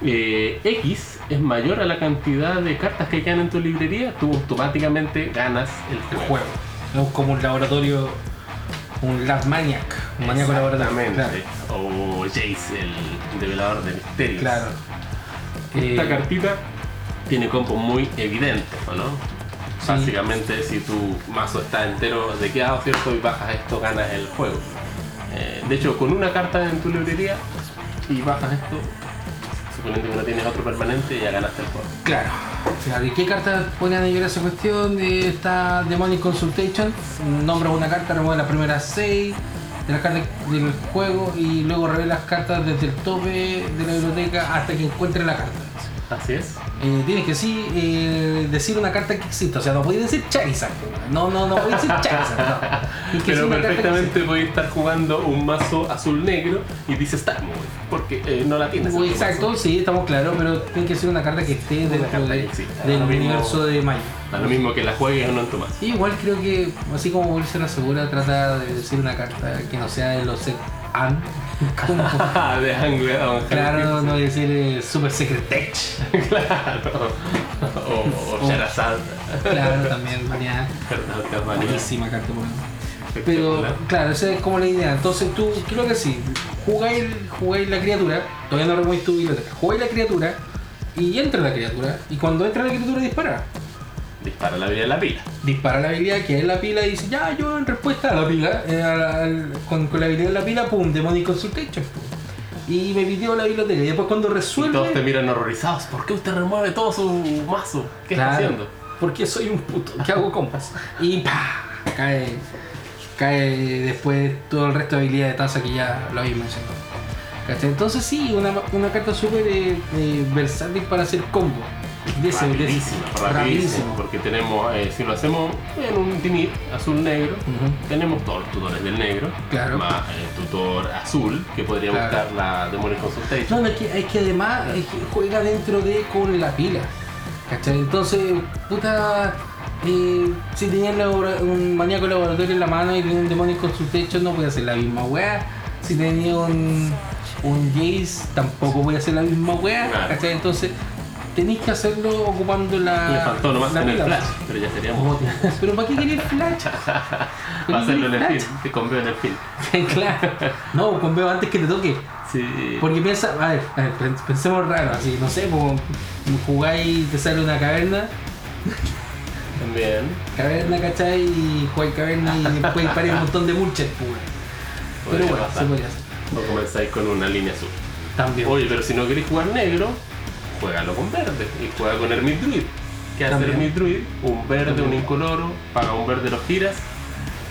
eh, X es mayor a la cantidad de cartas que quedan en tu librería, tú automáticamente ganas el el juego. juego. Es como un laboratorio, un Lab Maniac, un maníaco laboratorio. Exactamente. O Jace, el develador de misterios. Claro. Esta Eh, cartita tiene compo muy evidente, ¿o ¿no? Sí. Básicamente, si tu mazo está entero dequeado, ¿cierto? Y bajas esto, ganas el juego. Eh, de hecho, con una carta en tu librería y bajas esto, suponiendo que no tienes otro permanente, ya ganaste el juego. Claro. Claro, ¿Y qué cartas podrían ayudar a esa cuestión? Eh, Está Demonic Consultation, nombra una carta, remueve las primeras seis de las cartas del juego y luego revela las cartas desde el tope de la biblioteca hasta que encuentre la carta. Así es. Eh, tienes que sí eh, decir una carta que existe, o sea, no podéis decir Charizard. No, no, no podéis decir Charizard. No. Tienes que decir Pero una carta que perfectamente puedes estar jugando un mazo azul-negro y dices Starmore, porque eh, no la tienes. en tu Uy, Exacto, mazo. sí, estamos claros, pero tiene que ser una carta que esté dentro carta de- que exista, del lo mismo- universo de Mayo. Da lo mismo que la juegues o no en tu mazo. Y igual creo que, así como volverse la segura, trata de decir una carta que no sea de los sec- an. Como- de Anglo- Don claro, Henry. no decir eh, Super Secret Tech. Claro. O, o Sharazad. Claro, también, manía. Fernando Carvalho. Buenísima carta, por ejemplo. Pero claro, esa es como la idea. Entonces tú, creo que sí, jugáis, jugáis la criatura, todavía no remueves tu biblioteca, jugáis la criatura y entra la criatura. Y cuando entra la criatura dispara. Dispara la vida de la pila. dispara la habilidad que es la pila y dice, ya, yo en respuesta a la pila, eh, a la- al- con, con la habilidad de la pila, pum, Demonic Consultation. pum. Y me pidió la biblioteca. Y después cuando Y todos te resuelve... miran horrorizados. ¿Por qué usted remueve todo su mazo? ¿Qué está Claro, haciendo? Porque soy un puto, que hago compas. Y pa, cae, cae después todo el resto de habilidades de taza que ya lo habéis mencionado. ¿Cachai? Entonces sí, una, una carta súper eh, eh, versátil para hacer combo. De ese- de ese- Rapidísimo, rapidísimo. Porque tenemos, eh, si lo hacemos en un timid azul-negro, Ujú. tenemos todos los tutores del negro. Claro. Más el tutor azul, que podría Claro. buscar la Demonic Consultation. No, no, es que, es que además es que juega dentro de con la pila. ¿Cachai? Entonces, puta. eh, si tenía el labora- un maníaco laboratorio en la mano y tenía un demonio con su techo, no voy a hacer la misma weá. Si tenía un, un Jace, tampoco voy a hacer la misma weá. Claro. ¿Cachai? Entonces, tenéis que hacerlo ocupando la. Le faltó nomás Ah, la tener pila. flash, pero ya seríamos. Pero ¿para qué queréis flash? Va a hacerlo en el pues, film, que convive en el film. claro. No, con veo antes que te toque. Sí. Porque piensa, a ver, a ver, pen- pensemos raro, así, no sé, como jugáis y te sale una caverna, También. caverna, ¿cachai? Y jugáis caverna y después disparáis un montón de bulches, pues. Pero podría bueno, pasar. se podría hacer. O comenzáis con una línea azul. También. Oye, pero si no queréis jugar negro, juégalo con verde. Y juega con Hermit Druid. ¿Qué hace También. Hermit Druid? Un verde, un incoloro, paga un verde, los giras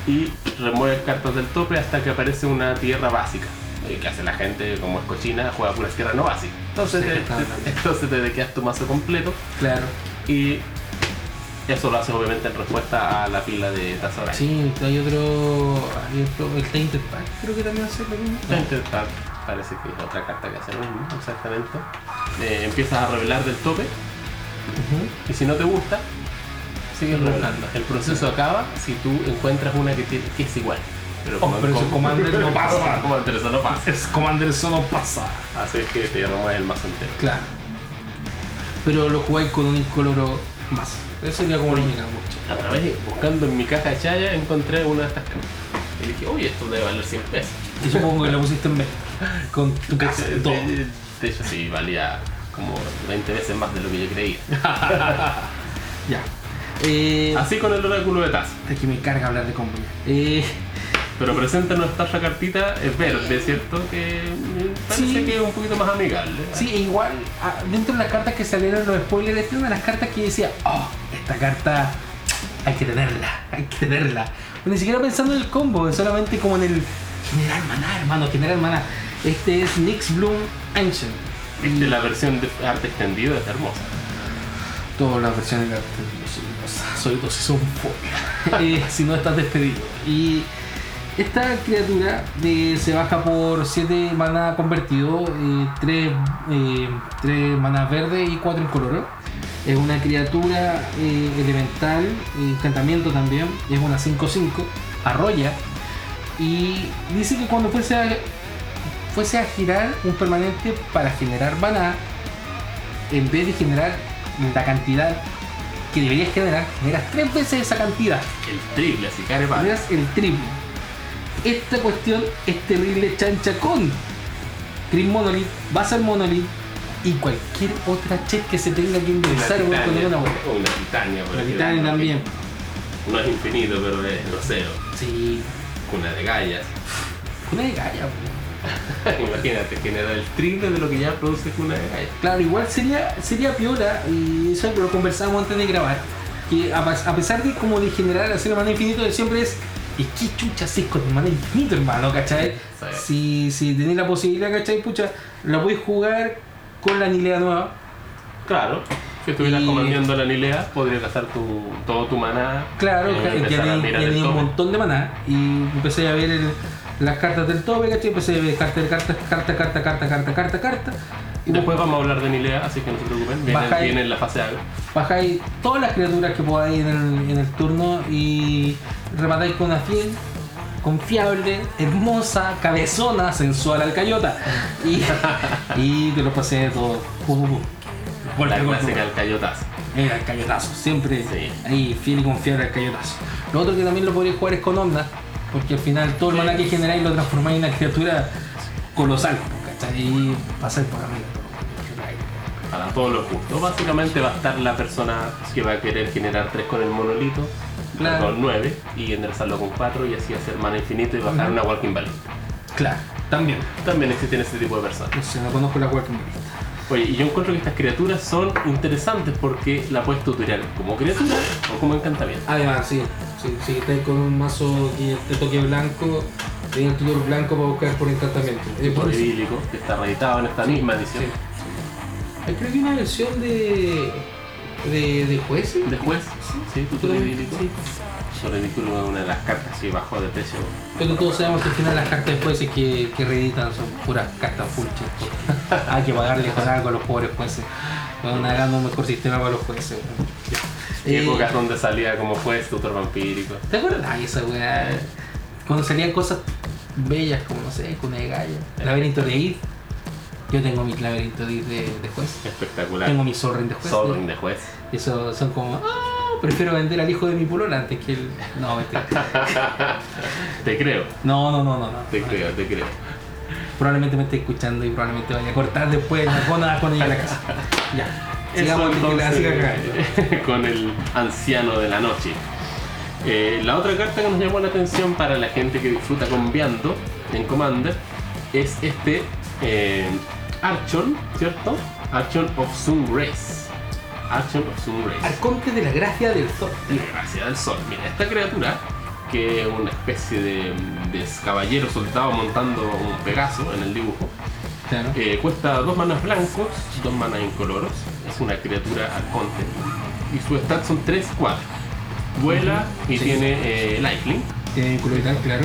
y remueve cartas del tope hasta que aparece una tierra básica. Y que hace la gente, como es cochina, juega puras tierras no básicas. Entonces, Sí, te- está te, entonces te dequeas tu mazo completo Claro. y eso lo hace obviamente en respuesta a la pila de Tazora. Sí, hay otro, hay otro, el Tainted Pack, creo que también hace lo mismo. Parece que es otra carta que hace lo mismo, exactamente. Eh, empiezas a revelar del tope Ujú. Y si no te gusta, sigues Revelando. revelando. El proceso acaba si tú encuentras una que, tiene- que es igual. Pero, Oh, pero eso Commander no pasa. Commander eso no pasa. Es Commander solo pasa. Así es que te llamamos el mazo entero. Claro. Pero lo jugáis con un incoloro más. Eso sería como lo mira mucho. A través, buscando en mi caja de chaya, encontré una de estas cartas. Y dije, oye, esto debe valer 100 pesos. Y supongo que lo pusiste en venta. Con tu casa De, y todo. de- de hecho, sí, valía como 20 veces más de lo que yo creía. Ya. Eh, Así con el oráculo de Taz. es que me carga hablar de combo. ya. Eh, Pero preséntanos esta otra cartita, es verde, ¿cierto? Que mm, parece Sí. que es un poquito más amigable. sí, e igual, ah, dentro de las cartas que salieron los spoilers, esta es una de las cartas que decía, oh, esta carta hay que tenerla, hay que tenerla. Pero ni siquiera pensando en el combo, solamente como en el generar maná, hermano, generar maná. Este es Nix Bloom Ancient. Viste, la versión de arte extendido es hermosa. Todas las versiones de la Soy dos son fobia. Eh, si no estás despedido. Y esta criatura eh, se baja por 7 maná convertido, eh, 3 maná verde y 4 en color. ¿eh? Es una criatura eh, elemental, eh, encantamiento también, es una 5-5, arrolla. Y dice que cuando fuese a, fuese a girar un permanente para generar maná, en vez de generar la cantidad que deberías generar, generas tres veces esa cantidad. El triple, así care para. Generas el triple. Esta cuestión es terrible chancha con Chris Monolith, Basal Monolith y cualquier otra check que se tenga que ingresar weón, con alguna weá. O una titania, por La ejemplo, Titanic que también. No es infinito, pero es grosero. Sí, Cuna de gallas. una de galla, weón. Imagínate, genera el triple de lo que ya produce cuna de gallas. Claro, igual sería, sería piola, y eso lo conversamos antes de grabar, que a, pas- a pesar de como de generar hacer el maná infinito, siempre es, ¿y qué chucha haces con el maná infinito, hermano? ¿Cachai? Si, si tenés la posibilidad, ¿cachai? Pucha, la podés jugar con la anilea nueva. Claro. Si estuvieras Y- comiendo la nilea, podrías gastar tu, todo tu maná. Claro, eh, ca- ya empezar a tenés- ya mirar el tenés un tope. montón de maná, y empecé a ver el- las cartas del tope, ¿cachai? Empecé a ver carta, carta, carta, carta, carta, carta, carta, carta. Y Después vamos a hablar de nilea, así que no se preocupen. Viene, Baja y- viene en la fase agua. bajáis todas las criaturas que podáis en el, en el turno y rematáis con una fiel, confiable, hermosa, cabezona, sensual al cayota. Y, y te lo pasé todo. Pum, pum, pum. Gol, La gol, gol. clásica del cayotazo. Era el cayotazo, siempre Sí. ahí fiel y confiable al cayotazo. Lo otro que también lo podéis jugar es con onda, porque al final todo el maná que generáis lo transformáis en una criatura colosal, ¿cachai? Y pasáis por arriba. Para todos los gustos. Básicamente va a estar la persona que va a querer generar 3 con el monolito, Claro. con 9 y enderezarlo con 4 y así hacer mana infinito y bajar Ujú. una walking ballista. Claro, también. También existen ese tipo de personas. No sé, no conozco la cuarta Oye, y yo encuentro que estas criaturas son interesantes porque la puedes tutorial como criatura o como encantamiento. Además, Ah, sí, sí, sí, estáis con un mazo que te toque blanco, tenía el tutor blanco para buscar por encantamiento. Eh, Tipo por de eso. bíblico, que está reeditado en esta misma edición. Sí. Hay creo que una versión de. de, de jueces. Después, sí, tutorial bíblico. Sí. Sobre es una de las cartas que bajó de precio. Pero todos sabemos que al final las cartas de jueces que, que reeditan son puras cartas full check, porque Hay que pagarle con algo a los pobres jueces. Van hagando un mejor sistema para los jueces. weón. Y Eh, épocas donde salía como juez, tutor vampírico. ¿Te acuerdas de esa weá? Cuando salían cosas bellas como, no sé, Cuna de Gallo, Laberinto de Id, Yo tengo mi laberinto de, de, de juez. Espectacular. Tengo mi Sorren de juez. Sovereign de juez. Y eso son como, "Ah, prefiero vender al hijo de mi polola antes que el. No, mentira. Te creo, No, no, no, no. no. te creo, te creo. Probablemente me esté escuchando y probablemente vaya a cortar después la cona con ella en la casa. Ya. Sigamos Eso, antes que la entonces, siga cagando. con el anciano de la noche. Eh, la otra carta que nos llamó la atención para la gente que disfruta combiando en Commander es este eh, Archon, ¿cierto? Archon of Sun Race. Archon of Sun Race. Arconte de la gracia del sol. La gracia del sol. Mira, esta criatura, que es una especie de, de caballero soldado montando un Pegaso en el dibujo, Claro. eh, cuesta dos manas blancos, dos manas incoloros. Es una criatura arconte. Y su stat son 3, 4. Vuela y Sí. tiene eh, lifelink. Tiene vínculo vital, claro.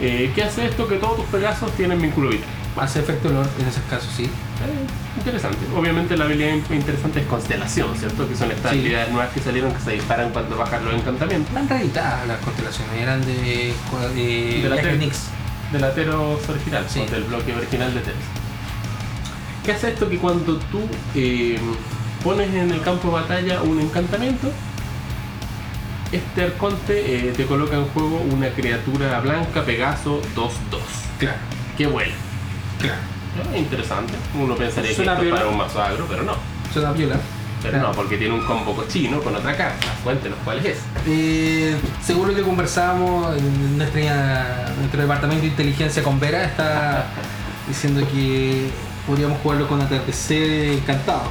Eh, ¿Qué hace esto? Que todos tus pegasos tienen vínculo vital. Hace efecto olor en esos casos, sí. Eh, interesante. Obviamente la habilidad in- interesante es constelación, ¿cierto? Que son estas Sí. habilidades nuevas que salieron que se disparan cuando bajan los encantamientos. Eran reeditadas las constelaciones, eran de. de. De la Jack tele. Nix. Del Ateros original, Sí. o del bloque original de Teros. ¿Qué hace esto? Que cuando tú eh, pones en el campo de batalla un encantamiento, este arconte eh, te coloca en juego una criatura blanca Pegaso 2-2, Claro, que vuela. claro. Ah, Interesante, uno pensaría que Suena esto es piola. para un mazo agro, pero no. Eso da viola. Pero no, porque tiene un combo cochino con otra carta. Cuéntenos cuál es. Eh, seguro que conversábamos en nuestra, nuestro departamento de inteligencia con Vera está diciendo que podríamos jugarlo con atardecer encantado.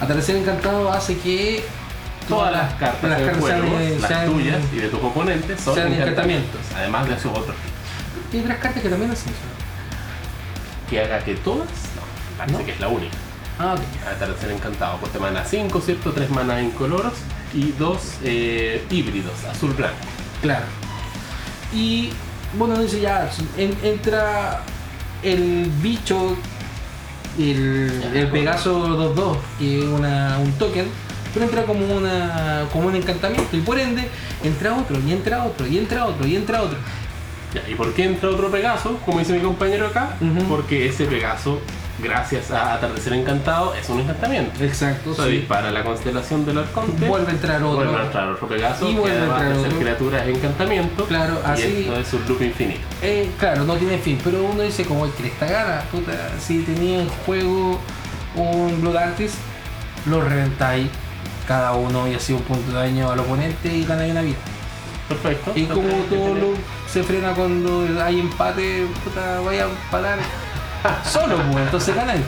Atardecer encantado hace que Todas las cartas del juego, sean- las sean- tuyas y de tus oponentes, son sean encantamientos, además de sus otros. y otras cartas que también hacen eso. que haga que todas, no, parece ¿No? que es la única. Ah, ok. Atardecer encantado, cuesta mana 5, ¿cierto? 3 manas incoloros y 2 híbridos, azul blanco. Claro. Y bueno, dice ya, en- entra el bicho, el, Ya, el bueno. Pegaso 2-2, que es una, un token, pero entra como, una, como un encantamiento. Y por ende, entra otro, y entra otro, y entra otro, y entra otro. Ya, ¿Y por qué entra otro Pegaso? Como dice mi compañero acá, Ujú. porque ese Pegaso, gracias a Atardecer encantado, es un encantamiento. Exacto, Se dispara la constelación del arconte. Vuelve a entrar otro. Vuelve a entrar otro Pegaso, Y que vuelve a además de entrar ser otro. criatura es encantamiento. Claro, y así- esto es un loop infinito. Eh, claro, no tiene fin, pero uno dice como el esta gana, puta, si tenía en juego un Blood Artist, lo reventáis cada uno y hacía un punto de daño al oponente y ganáis una vida. Perfecto. Y como Entonces, todo ¿qué lo se frena cuando hay empate, puta, vaya a empatar solo, pues, entonces ganáis.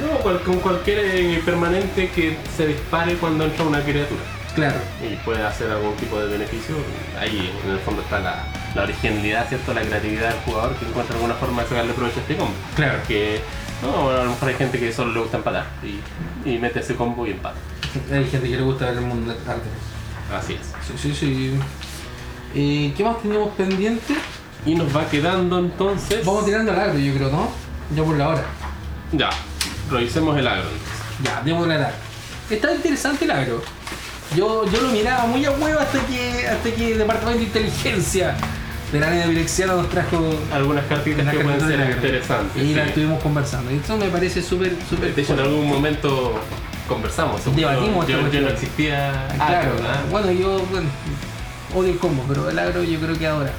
No, cual- con cualquier eh, permanente que se dispare cuando entra una criatura Claro, y puede hacer algún tipo de beneficio. Ahí en el fondo está la, la originalidad, ¿cierto? La creatividad del jugador que encuentra alguna forma de sacarle provecho a este combo. claro. Que no, a lo mejor hay gente que solo le gusta empatar y, y mete ese combo y empata. Hay gente que le gusta ver el mundo del arte. Así es. Sí, sí, sí. Eh, ¿Qué más teníamos pendiente? Y nos va quedando entonces. Vamos tirando al arte, yo creo, ¿no? Ya por la hora. Ya, revisemos el agro. entonces. Ya, démosle al agro. Está interesante el agro. Yo, yo lo miraba muy a huevo hasta que, hasta que el departamento de inteligencia del área de Virexiana nos trajo Algunas cartitas las que pueden cartas del ser agro. interesantes. Y sí. la estuvimos conversando. Y eso me parece súper, súper. De hecho, en algún momento conversamos. según Debatimos Yo, esta yo- yo no cuestión. existía agro, Ah, Claro, ¿verdad? bueno, yo bueno, odio el combo, pero el agro yo creo que ahora.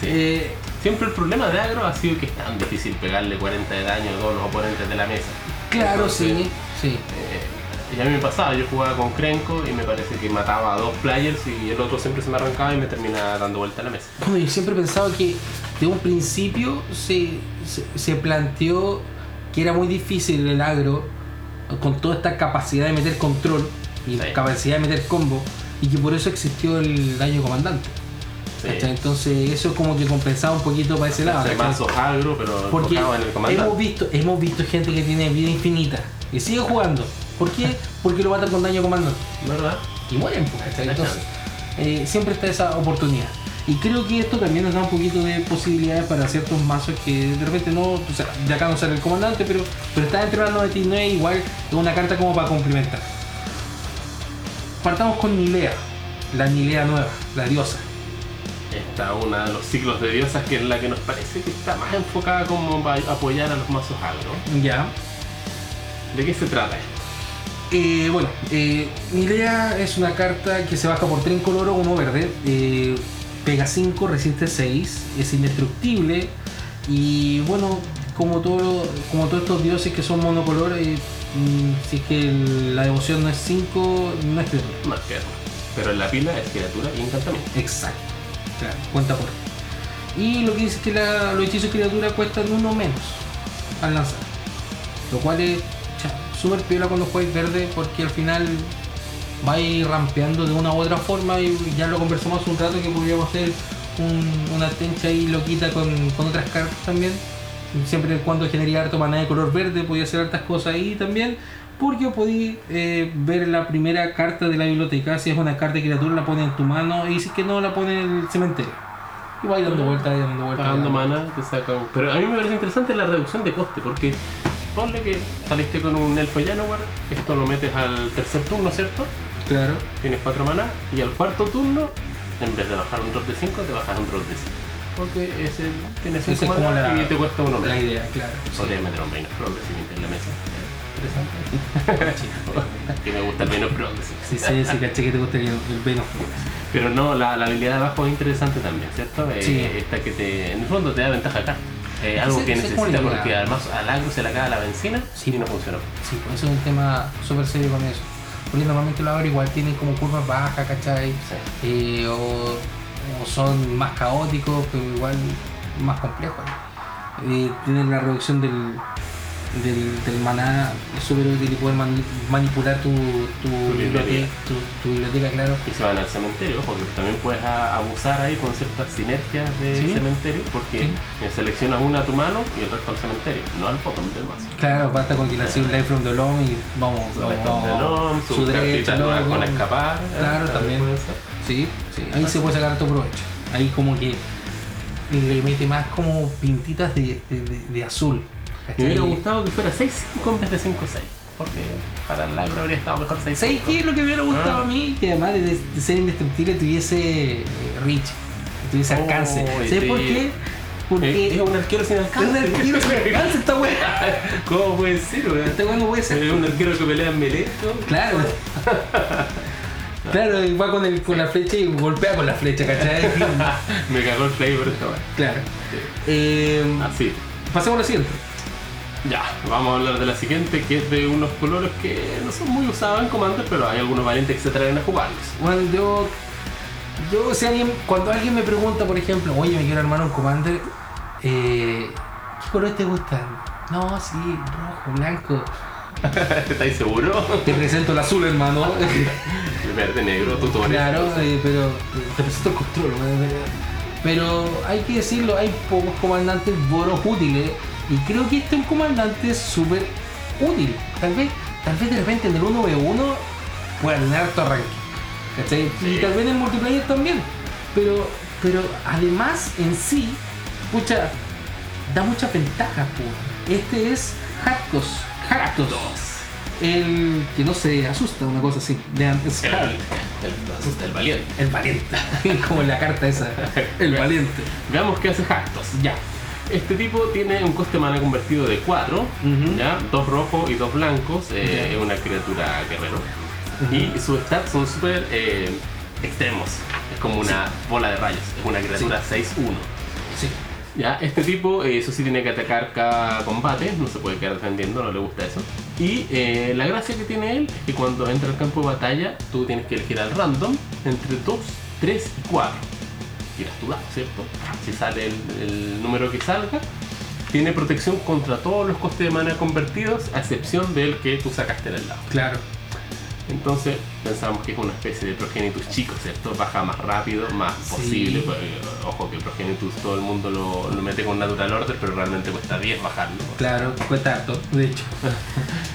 Sí. Eh, Siempre el problema de agro ha sido que es tan difícil pegarle 40 de daño a todos los oponentes de la mesa. claro, Entonces, sí, sí. eh, y a mí me pasaba, yo jugaba con Krenko y me parece que mataba a dos players y el otro siempre se me arrancaba y me terminaba dando vuelta a la mesa. Bueno, yo siempre he pensado que de un principio se, se, se planteó que era muy difícil el agro con toda esta capacidad de meter control y Sí. capacidad de meter combo y que por eso existió el daño comandante. Sí. ¿cachai? Entonces eso como que compensaba un poquito para ese lado. Hacer ¿cachai? mazos agro, pero Porque enfocado en el hemos comandante. visto, hemos visto gente que tiene vida infinita y sigue jugando. ¿Por qué? Porque lo matan con daño comandante ¿Verdad? y mueren. pues, ¿cachai? Entonces, eh, siempre está esa oportunidad. Y creo que esto también nos da un poquito de posibilidades para ciertos mazos que de repente no, o sea, de acá no sale el comandante, pero, pero está dentro de la 99 E, igual es una carta como para complementar. Partamos con Nilea, la Nilea nueva, la diosa. Es está una de los ciclos de diosas que es la que nos parece que está más enfocada como para apoyar a los mazos agro. Ya. ¿De qué se trata esto? Eh, bueno, eh, Nilea es una carta que se baja por 3 coloro, 1 verde. eh, pega 5, resiste 6, es indestructible. Y bueno, como, todo, como todos estos dioses que son monocolor, eh, mm, si es que el- la devoción no es 5, no es criatura. No es criatura. Pero en la pila es criatura y encantamiento. Exacto. Claro, cuenta por. Y lo que dice es que la- los hechizos de criatura cuestan uno menos al lanzar. Lo cual es cha, súper piola cuando juegas verde porque al final va a ir rampeando de una u otra forma y ya lo conversamos hace un rato que podríamos hacer un- una tencha ahí loquita con, con otras cartas también. Siempre y cuando generé harto maná de color verde, podía hacer hartas cosas ahí también. Porque podí eh, ver la primera carta de la biblioteca. Si es una carta de criatura, la pone en tu mano. Y si es que no, la pone en el cementerio. Y va ahí dando vueltas, y dando vueltas. Pagando mana te saca un- Pero a mí me parece interesante la reducción de coste porque ponle que saliste con un elfo Janowar, esto lo metes al tercer turno, ¿cierto? Claro. Tienes 4 maná y al cuarto turno, en vez de bajar un drop de 5, te bajas un drop de 5. Porque ese tiene Esa es 5 como maná la- y te cuesta uno La menos. idea, claro. Podrías meter un menos progressive en la mesa. Interesante. que me gusta el menos progressive. Sí, sí, sí, caché que te gusta el, el Venus. Pero no, la, la habilidad de abajo es interesante también, ¿cierto? Eh, Sí. Esta que te, en el fondo te da ventaja acá. Eh, algo Ese- que ese es como necesita la- porque además al agro se le acaba la benzina Sí. y no funcionó. Sí, por eso es un tema súper serio con eso. Porque normalmente los agro igual tienen como curvas bajas, ¿cachai? Sí. Eh, o, o son más caóticos, pero igual más complejos. Eh, tienen la reducción del, del, del maná, es súper útil y poder mani- manipular tu, tu, biblioteca. biblioteca, tu- tu biblioteca, claro. Y se van al cementerio, porque también puedes a- abusar ahí con ciertas sinergias de Sí. cementerio, porque Sí. eh, seleccionas una a tu mano y el resto al cementerio, no al botón del mazo. Claro, basta con que le hacía un live from the long y vamos, Los vamos, restos de LOM, sus su derecha, cartitas nuevas luego. con escapar. eh, Claro, también. puede ser. Sí, sí, ahí se puede sacar tu provecho. Ahí como que le mete más como pintitas de, de- de- de azul. Me hubiera gustado que fuera 6 en vez de 5-6, porque para el agro habría estado mejor 6 ¿Sabes qué es lo que me hubiera gustado Ah. a mí? Que además de, de ser indestructible tuviese eh, reach, que tuviese Oh, alcance. ¿Sabes sí. por qué? Porque Es un Eh, arquero sin es un alcance. arquero sin alcance esta weá. ¿Cómo puede ser, weón? Esta weá no puede ser. Es un arquero que pelea en melee, ¿no? Claro. Claro, y va con, el, con la flecha y golpea con la flecha, ¿cachai? Me cagó el flavor esta weá. claro. Eh, Así. pasemos a lo siguiente. Ya, vamos a hablar de la siguiente, que es de unos colores que no son muy usados en Commander, pero hay algunos valientes que se traen a jugarlos. Bueno, yo. Yo, si alguien. Cuando alguien me pregunta, por ejemplo, oye, me quiero armar un Commander, eh, ¿qué colores te gustan? No, sí, rojo, blanco. ¿Estáis seguros? Te presento el azul, hermano. El verde, negro, tutorial. claro, eh, pero. Te presento el control, weón. Pero hay que decirlo, hay pocos comandantes boros útiles. Y creo que este es un comandante súper útil. Tal vez, tal vez de repente en el 1v1 pueda tener harto arranque. ¿Cachai? Sí. Y tal vez en el multiplayer también. Pero, pero además en sí, pucha, da muchas ventajas, po. Este es Hackos. Hackos. El que no se asusta, una cosa así. De antes. El, el, el- asusta, el valiente. El valiente. Como la carta esa. El valiente. Veamos qué hace Hactos. Ya. Este tipo tiene un coste mana convertido de 4, Ujú. ¿ya? Dos rojos y dos blancos, eh, es una criatura guerrero. Y sus stats son súper eh, extremos. Es como una bola de rayos, es una criatura 6-1. Sí. Ya, este tipo, eh, eso sí tiene que atacar cada combate, no se puede quedar defendiendo, no le gusta eso. Y eh, la gracia que tiene él es que cuando entra al campo de batalla, tú tienes que elegir al random entre 2, 3 y 4. Tiras tu dado, ¿cierto? Si sale el, el número que salga, tiene protección contra todos los costes de mana convertidos, a excepción del que tú sacaste del lado. Claro. Entonces pensamos que es una especie de progenitus chico, ¿cierto? Baja más rápido, más Sí. posible. pues, eh, Ojo que el progenitus todo el mundo lo, lo mete con natural order, pero realmente cuesta 10 bajarlo. Claro. Cuesta harto, de hecho.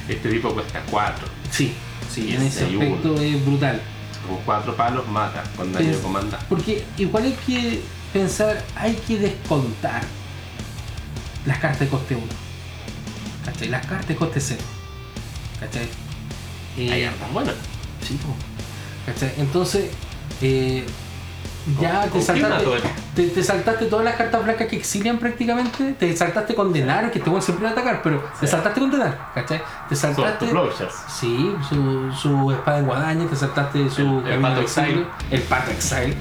Este tipo cuesta 4. Sí. Sí, en ese Hay uno. aspecto es brutal. Con 4 palos mata con daño Sí. de comanda. Porque igual hay que pensar, hay que descontar las cartas de coste 1. ¿Cachai? Las cartas de coste 0. ¿Cachai? Eh, Hay hartas buenas. Sí, po. ¿Cachai? Entonces, eh, Ya ¿Con- con te quién saltaste, mató él? te, te saltaste todas las cartas blancas que exilian prácticamente, te saltaste condenar, que este weón siempre va a atacar, pero te Sí. saltaste condenar, ¿cachai? Te Son saltaste... tus Plowshares. Sí, su, su espada en guadaña, te saltaste su El- el camino Path de of Exile. exilio, El pato exile.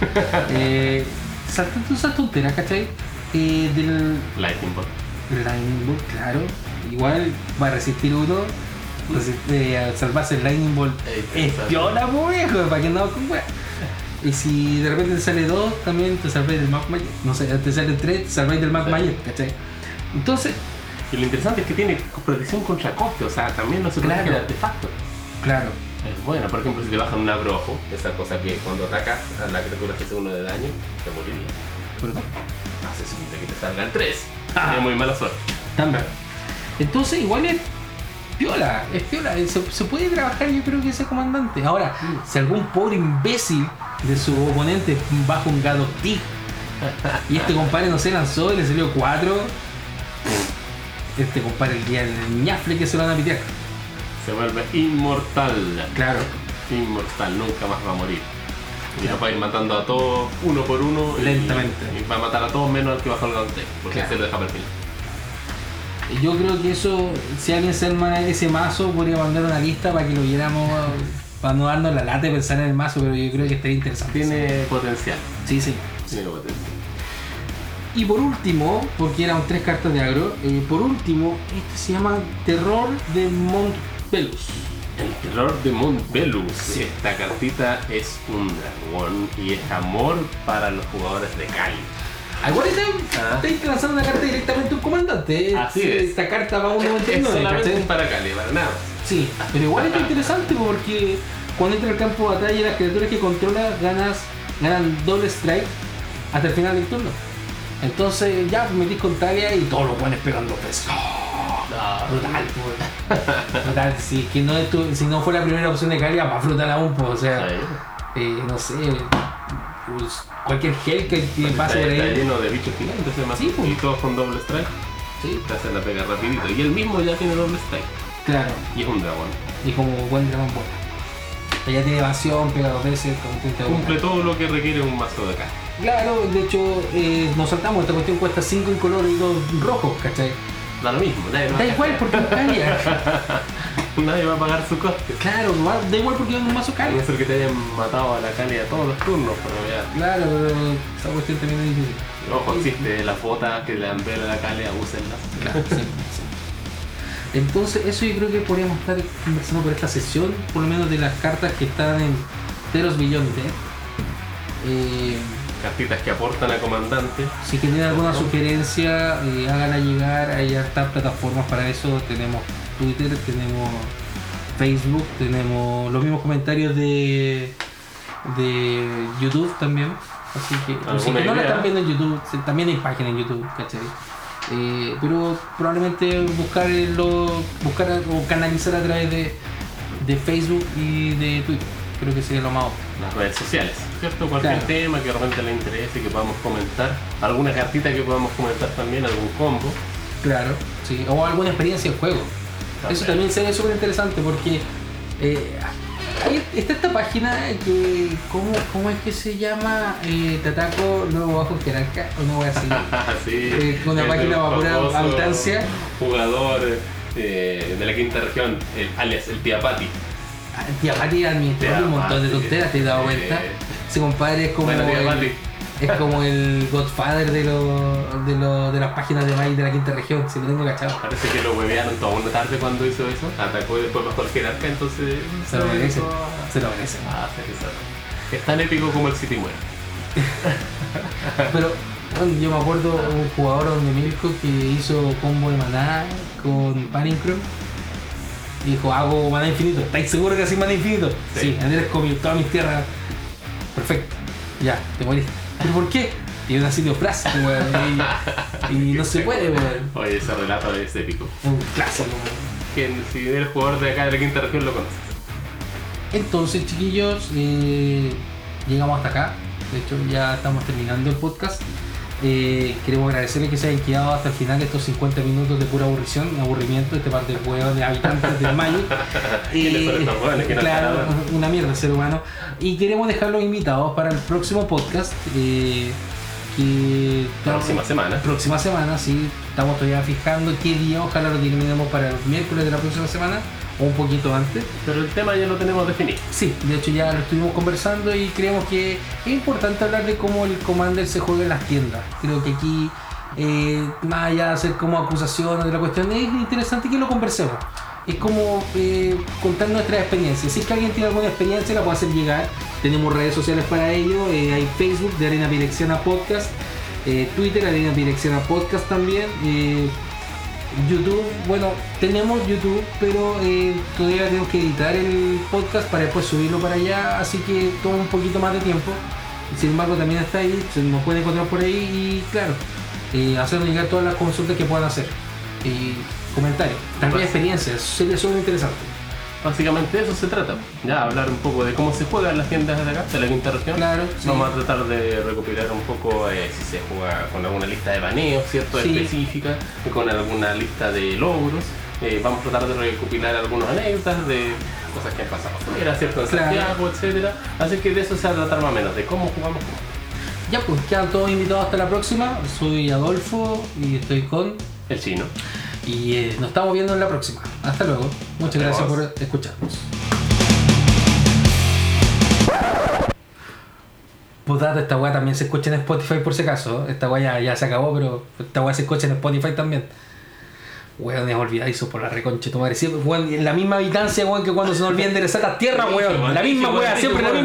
eh, te saltaste todas esas tonteras, ¿cachai? Eh, del Lightning Bolt. Lightning Bolt, claro. Igual va a resistir uno. Resiste, al salvarse el Lightning Bolt. Ey, Es exacto. piola, po, viejo, para que no con wea. Y si de repente te sale dos, también te salváis del Map Magic. No sé, te sale tres, te salváis del Map Sí. Magic, ¿cachai? Entonces, Y lo interesante es que tiene protección contra coste, o sea, también no se protege Claro. de artefactos. claro, Es buena, por ejemplo, si te bajan un abrojo, esa cosa que cuando atacas a la criatura que hace uno de daño, te moriría. pero no. Hace suerte Ah, que te salgan tres. Ah. Es muy mala suerte. También. Entonces, igual es piola, es piola. eh, Se, se puede trabajar, yo creo que ese comandante. Ahora, Mm. si algún pobre imbécil de su oponente baja un gado tig y este compadre no se lanzó y le salió 4, este compadre el día del ñafle que se lo van a pitear. Se vuelve inmortal. Claro. Inmortal, nunca más va a morir. Y los va a ir matando a todos uno por uno. y- Lentamente. Y, va a matar a todos menos al que bajó el gante, porque Claro. se lo deja perfilado. Yo creo que eso, si alguien se arma ese mazo, podría mandar una lista para que lo viéramos, para no darnos la lata y pensar en el mazo, pero yo creo que estaría interesante. Tiene potencial. Sí, sí. Tiene potencial. Y por último, porque eran tres cartas de agro, eh, por último, este se llama Terror de Mount Pelus. El terror de Mount Belus. Esta cartita es un dragón y es amor para los jugadores de Cali. Igual está, Ah. estáis lanzando una carta directamente a un comandante. eh. Así Sí, es. Esta carta va a un Es 99, solamente ¿cachai? para Cali, para nada. más. Sí, pero igual está interesante porque cuando entra al campo de batalla las criaturas que controlas ganas, ganan doble strike hasta el final del turno. Entonces ya pues, metís con Talia y todos los buenos pegando peso. Ah. Brutal, pues. Brutal, si, es que no estu- si no fue la primera opción de carga, más brutal aún, pues, o sea, Ahí. eh, no sé, pues, cualquier gel que, que Está, pase por está ahí. lleno de bichos gigantes además. Sí, pues. y todos con doble strike. Sí, Te hacen la pega rapidito. Y él mismo ya tiene doble strike. claro, Y es un dragón. y como buen Dragon Ball. Ella tiene evasión, pega dos veces, con intenta Cumple todo lo que requiere un mazo de acá. Claro, de hecho, eh, nos saltamos, esta cuestión cuesta 5 en color y 2 rojos, ¿cachai? Da lo mismo, nadie va a Da igual porque es Talia. Nadie va a pagar su coste. Claro, va- da igual porque es un mazo A no Calia. ser que te hayan matado a la Cali a todos los turnos, pero ya. Claro, pero esa cuestión también es difícil. Ojo, existe las botas que le dan vela a la Cali, abúsenlas. Claro, sí, sí. Entonces, eso yo creo que podríamos estar conversando por esta sesión, por lo menos de las cartas que están en Teros Beyond Death. Eh, Cartitas que aportan a comandante. si quieren alguna sugerencia, eh, háganla llegar. Hay hartas plataformas para eso. Tenemos Twitter, tenemos Facebook, tenemos los mismos comentarios de, de YouTube también. Así que, o si ¿Alguna que no la idea? están viendo en YouTube, se- también hay página en YouTube, ¿cachai? Eh, pero probablemente buscar, el- lo, buscar a- o canalizar a través de, de Facebook y de Twitter. Creo que sería lo más óptimo. las redes sociales, ¿cierto? Cualquier Claro. tema que realmente le interese, que podamos comentar, alguna cartita que podamos comentar también, algún combo. Claro. Sí, o alguna experiencia de juego. Eso también sería súper interesante porque eh, hay- está esta página que, ¿cómo, cómo es que se llama? Eh, te ataco luego bajo jerarca o no voy a decir. Ah, sí, Eh, con una el máquina va a pura famoso abundancia. Jugador eh, de la quinta región, el, alias el Tía Pati. Tía Pati administró un montón de Pati, tonteras, te he dado sí. cuenta. Ese compadre es como Bueno, Tía el, Pati. es como el godfather de, los de, los- de las páginas de mail de la quinta región, si lo tengo cachado. Parece que lo huevearon toda una tarde cuando hizo eso. Atacó y después bajó el jerarca, entonces. "Ah, Se lo merece, dedicó se lo merece. a- a hacer eso. Es tan épico como el City Muere. Pero bueno, yo me acuerdo un jugador de Milko que hizo combo de maná con Panincro. Y dijo, hago maná infinito. ¿Estáis seguros que así maná infinito? Sí, Sí. Andrés comió todas mis tierras. Perfecto. Ya, te moriste. ¿Pero por qué? Y una sitio frase, weón. Y, y no se puede, weón. Oye, ese relato es épico. Es un clásico, weón. Quien, si eres jugador de acá de la quinta región, lo conoces. Entonces, chiquillos, eh, llegamos hasta acá. De hecho, ya estamos terminando el podcast. Eh, queremos agradecerles que se hayan quedado hasta el final de estos 50 minutos de pura aburrición, aburrimiento, este par de huevos de habitantes del Mayo. ¿Quiénes Eh, son estos hueones que no claro, hacen nada? una mierda ser humano. Y queremos dejarlos invitados para el próximo podcast. eh, que Próxima semana. próxima semana, sí, estamos todavía fijando qué día, ojalá lo terminemos para el miércoles de la próxima semana o un poquito antes. Pero el tema ya lo tenemos definido. Sí, de hecho ya lo estuvimos conversando y creemos que es importante hablar de cómo el Commander se juega en las tiendas. Creo que aquí, eh, más allá de hacer como acusaciones de la cuestión, es interesante que lo conversemos. Es como eh, contar nuestras experiencias. Si es que alguien tiene alguna experiencia, la puede hacer llegar. Tenemos redes sociales para ello. eh, hay Facebook de Arena Pirexiana Podcast, eh, Twitter Arena Pirexiana Podcast también. eh, YouTube, bueno, tenemos YouTube, pero eh, todavía tengo que editar el podcast para después subirlo para allá, así que toma un poquito más de tiempo. Sin embargo, también está ahí, se nos pueden encontrar por ahí y claro, eh, hacernos llegar todas las consultas que puedan hacer. Y comentarios, también Pues- experiencias, sería súper interesante. Básicamente de eso se trata. Ya hablar un poco de cómo se juegan las tiendas de acá, de la quinta región. Claro, sí. Vamos a tratar de recopilar un poco eh, si se juega con alguna lista de baneos, ¿cierto? Sí. Específica, con alguna lista de logros. Eh, vamos a tratar de recopilar algunas anécdotas de cosas que han pasado fuera, ¿cierto? En Claro. Santiago, etcétera. Así que de eso se va a tratar más o menos, de cómo jugamos. Ya pues, quedan todos invitados hasta la próxima. Soy Adolfo y estoy con... El chino. Y eh, nos estamos viendo en la próxima. Hasta luego. Muchas Nos gracias vemos. por escucharnos. Putata, Pues esta weá también se escucha en Spotify por si acaso. Esta weá ya, ya se acabó, pero esta weá se escucha en Spotify también. Weón, es olvidadizo por la reconcha de tu madre. Siempre, weón, en la misma habitancia, weón, que cuando se nos olvida enderezar las tierras, weón. La misma weá, siempre la misma